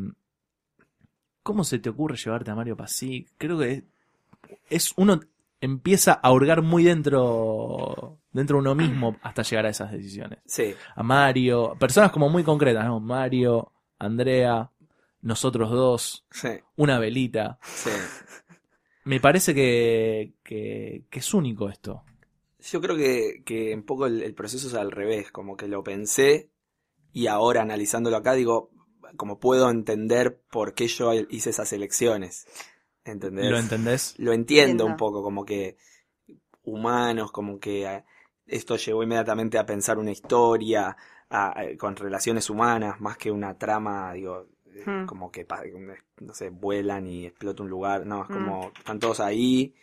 S5: ¿Cómo se te ocurre llevarte a Mario Pasic? Creo que es, es- uno empieza a hurgar muy dentro dentro de uno mismo hasta llegar a esas decisiones.
S6: Sí,
S5: A Mario, personas como muy concretas, ¿no? Mario, Andrea, nosotros dos,
S6: sí,
S5: una velita.
S6: sí.
S5: Me parece que, que, que es único esto.
S6: Yo creo que, que un poco el, el proceso es al revés, como que lo pensé y ahora analizándolo acá digo, como puedo entender por qué yo hice esas elecciones. ¿Entendés?
S5: ¿Lo entendés?
S6: lo entiendo
S4: Entiendo.
S6: un poco, como que humanos, como que eh, esto llevó inmediatamente a pensar una historia a- a- con relaciones humanas, más que una trama, digo, eh,
S4: Hmm.
S6: como que, pa- eh, no sé, vuelan y explota un lugar. No, es
S4: Hmm.
S6: como, están todos ahí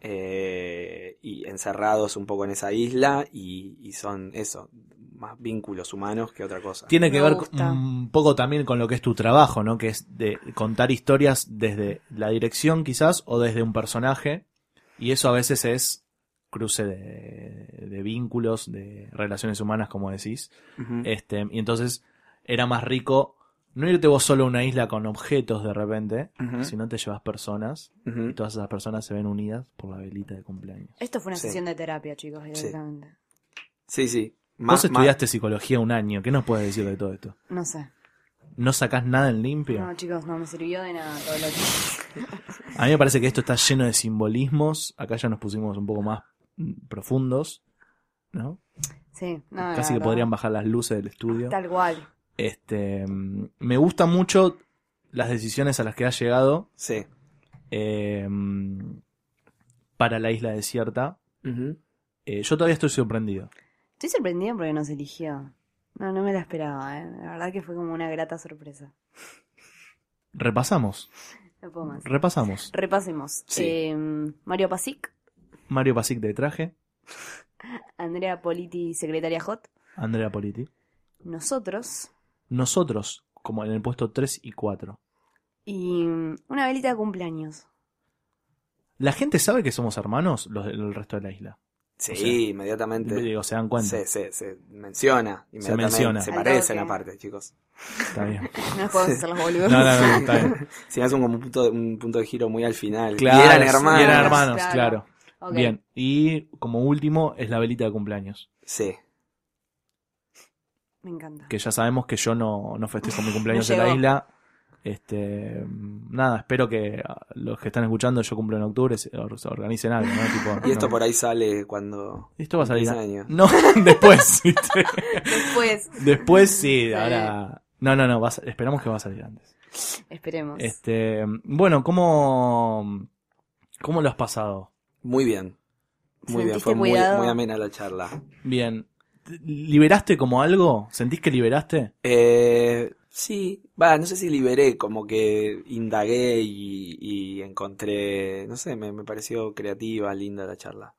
S6: eh, y encerrados un poco en esa isla y, y son eso, más vínculos humanos que otra cosa.
S5: Tiene que
S4: Me
S5: ver
S4: gusta.
S5: con- un poco también con lo que es tu trabajo, ¿no? Que es de contar historias desde la dirección quizás o desde un personaje. Y eso a veces es cruce de, de vínculos, de relaciones humanas, como decís.
S6: Ujú.
S5: Este, y entonces era más rico no irte vos solo a una isla con objetos de repente,
S6: Ujú.
S5: sino te llevas personas
S6: Ujú.
S5: y todas esas personas se ven unidas por la velita de cumpleaños.
S4: Esto fue una
S6: Sí.
S4: sesión de terapia, chicos, directamente.
S6: Sí, sí.
S5: vos estudiaste psicología un año, ¿qué nos puedes decir de todo esto?
S4: No sé.
S5: ¿No sacás nada en limpio?
S4: No, chicos, no me sirvió de nada todo lo que...
S5: A mí me parece que esto está lleno de simbolismos. Acá ya nos pusimos un poco más mm, profundos, ¿no?
S4: Sí, no, la
S5: Casi que
S4: verdad.
S5: podrían bajar las luces del estudio.
S4: Tal cual.
S5: Este, mm, me gusta mucho las decisiones a las que has llegado
S6: Sí.
S5: eh, mm, para la isla desierta.
S6: Ujú.
S5: Eh, yo todavía estoy sorprendido.
S4: Estoy sorprendida porque nos eligió. No, no me la esperaba, ¿eh? La verdad que fue como una grata sorpresa.
S5: Repasamos,
S4: No puedo más.
S5: repasamos.
S4: Repasemos.
S6: Sí.
S4: Eh, Mario Pasic,
S5: Mario Pasic de traje,
S4: Andrea Politi, secretaria Hot.
S5: Andrea Politi.
S4: Nosotros.
S5: Nosotros, como en el puesto 3 y 4.
S4: Y mm, una velita de cumpleaños.
S5: ¿La gente sabe que somos hermanos, los del resto de la isla?
S6: Sí,
S5: O sea,
S6: inmediatamente.
S5: Digo, se dan cuenta.
S6: Se, se, se menciona. inmediatamente.
S5: menciona.
S6: Se
S4: Al
S6: parecen
S4: toque.
S6: aparte, chicos.
S5: Está bien.
S4: No nos podemos hacer los
S5: No,
S4: boludos.
S5: no, no, está bien.
S6: Se hace como un punto, un punto de giro muy al final.
S5: Claro,
S6: y eran
S5: sí,
S6: hermanos.
S5: y eran hermanos,
S4: Claro.
S5: claro.
S4: Ok.
S5: Bien. Y como último es la velita de cumpleaños.
S6: Sí.
S4: Me encanta.
S5: Que ya sabemos que yo no, no festejo mi cumpleaños
S4: No
S5: en la
S4: llegó.
S5: isla. Este, nada, espero que ah, los que están escuchando, yo cumplo en octubre, se or- se organicen algo, ¿no? Tipo,
S6: Y esto
S5: no.
S6: por ahí sale cuando.
S5: Esto va a salir.
S6: Empieza
S5: a-
S6: el año.
S5: No, después, ¿viste?
S4: Después,
S5: Después sí,
S4: Sí.
S5: ahora. No, no, no, va a sa- esperamos que va a salir antes.
S4: esperemos.
S5: Este, bueno, ¿cómo, cómo lo has pasado?
S6: Muy bien. Muy bien.
S4: ¿Sentiste
S6: Fue muy,
S4: cuidado?
S6: muy amena la charla.
S5: Bien. ¿Liberaste como algo? ¿Sentís que liberaste?
S6: Eh, sí, va, no sé si liberé, como que indagué y, y encontré, no sé, me, me pareció creativa, linda la charla.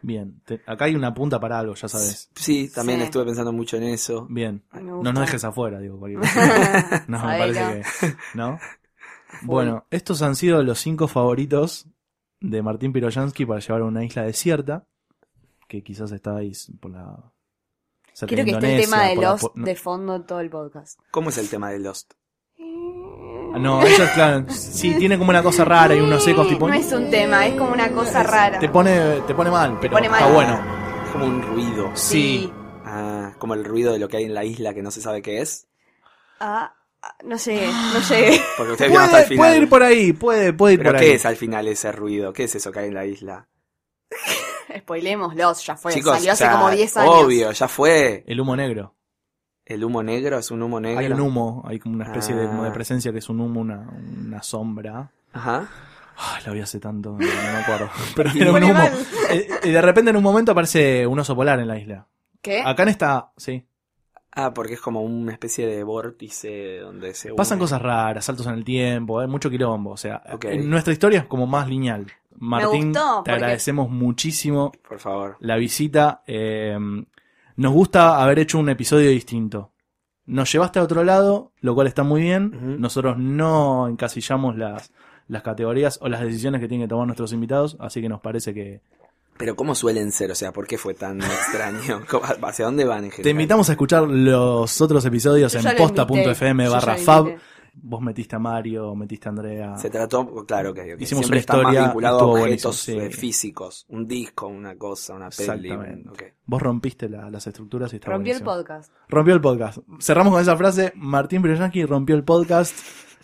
S5: Bien. Te- acá hay una punta para algo, ya sabes.
S6: Sí, también
S4: Sí.
S6: estuve pensando mucho en eso.
S5: Bien.
S4: Me
S5: No
S4: gusta.
S5: nos dejes afuera, digo. cualquier cosa. No, me
S4: Sabelo.
S5: parece que. ¿No? Bueno, estos han sido los cinco favoritos de Martín Piroyansky para llevar a una isla desierta. Que quizás estáis por la. cerca
S4: Quiero
S5: de
S4: que esté el
S5: Indonesia,
S4: tema de
S5: por la
S4: Lost
S5: po- no-
S4: de fondo todo el podcast.
S6: ¿Cómo es el tema de Lost?
S5: Ah, No, eso es claro. Sí, tiene como una cosa rara y unos ecos tipo.
S4: No es un tema, es como una cosa rara.
S5: Te pone, te pone mal, pero
S4: pone
S5: está
S4: mal.
S5: bueno.
S6: Es como un ruido.
S5: Sí.
S6: Ah, como el ruido de lo que hay en la isla que no se sabe qué es.
S4: Ah, ah, no llegué, no llegué.
S6: Porque ustedes vieron hasta el
S5: Puede,
S6: final.
S5: puede ir por ahí, puede, puede ir
S6: ¿Pero
S5: por ahí.
S6: qué es al final ese ruido? ¿Qué es eso que hay en la isla?
S4: Spoilemos Lost, ya fue.
S6: Chicos,
S4: Salió hace
S6: o sea,
S4: como 10 años.
S6: Obvio, ya fue.
S5: El humo negro.
S6: El humo negro es un humo negro.
S5: Hay un humo, hay como una especie de, como de
S6: Ah.
S5: presencia que es un humo, una, una sombra.
S6: Ajá.
S5: Ay, Ah, lo vi hace tanto, no me acuerdo. Pero
S6: Y
S5: era un
S4: pone
S5: humo.
S4: mal.
S5: Eh, Y de repente en un momento aparece un oso polar en la isla.
S4: ¿Qué?
S5: Acá en esta, sí.
S6: Ah, porque es como una especie de vórtice donde se
S5: Pasan
S6: une.
S5: cosas raras, saltos en el tiempo, hay mucho quilombo. O sea,
S6: Ok.
S5: en nuestra historia es como más lineal. Martín,
S4: gustó, porque-
S5: te agradecemos muchísimo
S6: Por favor.
S5: la visita. eh, nos gusta haber hecho un episodio distinto. Nos llevaste a otro lado, lo cual está muy bien.
S6: Ujú.
S5: Nosotros no encasillamos las, las categorías o las decisiones que tienen que tomar nuestros invitados, así que nos parece que...
S6: Pero ¿cómo suelen ser? O sea, ¿por qué fue tan extraño? ¿Cómo- ¿Hacia dónde van en general?
S5: Te invitamos a escuchar los otros episodios
S4: Yo ya
S5: en
S4: lo invité,
S5: posta.fm
S4: yo
S5: barra
S4: ya lo
S5: fab.
S4: invité.
S5: Vos metiste a Mario, metiste a Andrea.
S6: Se trató, claro, que que
S5: Hicimos
S6: siempre
S5: una
S6: está
S5: historia,
S6: más vinculado a
S5: estuvo
S6: objetos
S5: buenísimo, sí.
S6: eh, físicos. Un disco, una cosa, una peli. un-
S5: Exactamente.
S6: ok.
S5: Vos rompiste la- las estructuras y está
S4: Rompió el
S5: buenísimo.
S4: podcast.
S5: Rompió el podcast. Cerramos con esa frase. Martín Brioyanqui rompió el podcast.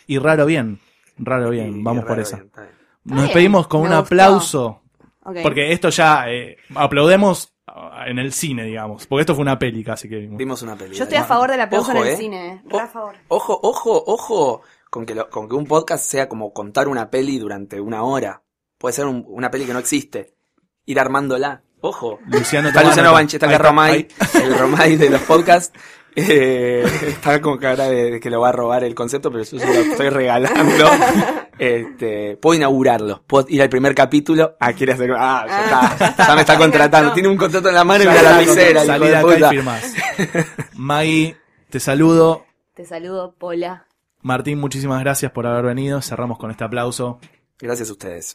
S5: Y raro bien. Raro bien.
S6: Y-
S5: Vamos
S6: y
S5: por
S6: raro,
S5: esa.
S6: bien, está bien.
S5: Nos
S4: bien,
S5: despedimos con
S4: me
S5: un
S4: gustó.
S5: aplauso.
S4: Ok.
S5: Porque esto ya eh, aplaudemos ah, en el cine, digamos. Porque esto fue una peli casi que vimos.
S6: Vimos una peli.
S4: Yo estoy a
S5: Ah,
S6: dale.
S4: favor del aplauso
S6: Ojo,
S4: en el
S6: eh.
S4: cine. eh.
S5: Oh.
S6: O-
S4: Re a favor.
S6: Ojo, ojo, ojo con que, lo- con que un podcast sea como contar una peli durante una hora. Puede ser un- una peli que no existe. Ir armándola. Ojo.
S5: Luciano
S6: Está
S5: toma
S6: Luciano
S5: nota.
S6: Banchi, está
S5: Ahí
S6: acá Romay,
S5: ahí.
S6: el Romay de los podcasts. Eh, está con cara de, de que lo va a robar el concepto, pero yo se lo estoy regalando. Este, puedo inaugurarlo, puedo ir al primer capítulo. Ah, quiere hacer. Ah, ya
S4: Ah, ya
S6: está.
S4: está,
S6: Ya me está
S4: ya
S6: contratando.
S4: ganó.
S6: Tiene un contrato en la mano y
S5: Ya
S6: mira la
S5: está,
S6: misera. hijo
S5: salí
S6: de
S5: de acá y
S6: puta.
S5: firmás. Maggie, te saludo.
S4: Te saludo, Pola.
S5: Martín, muchísimas gracias por haber venido. Cerramos con este aplauso.
S6: Gracias a ustedes.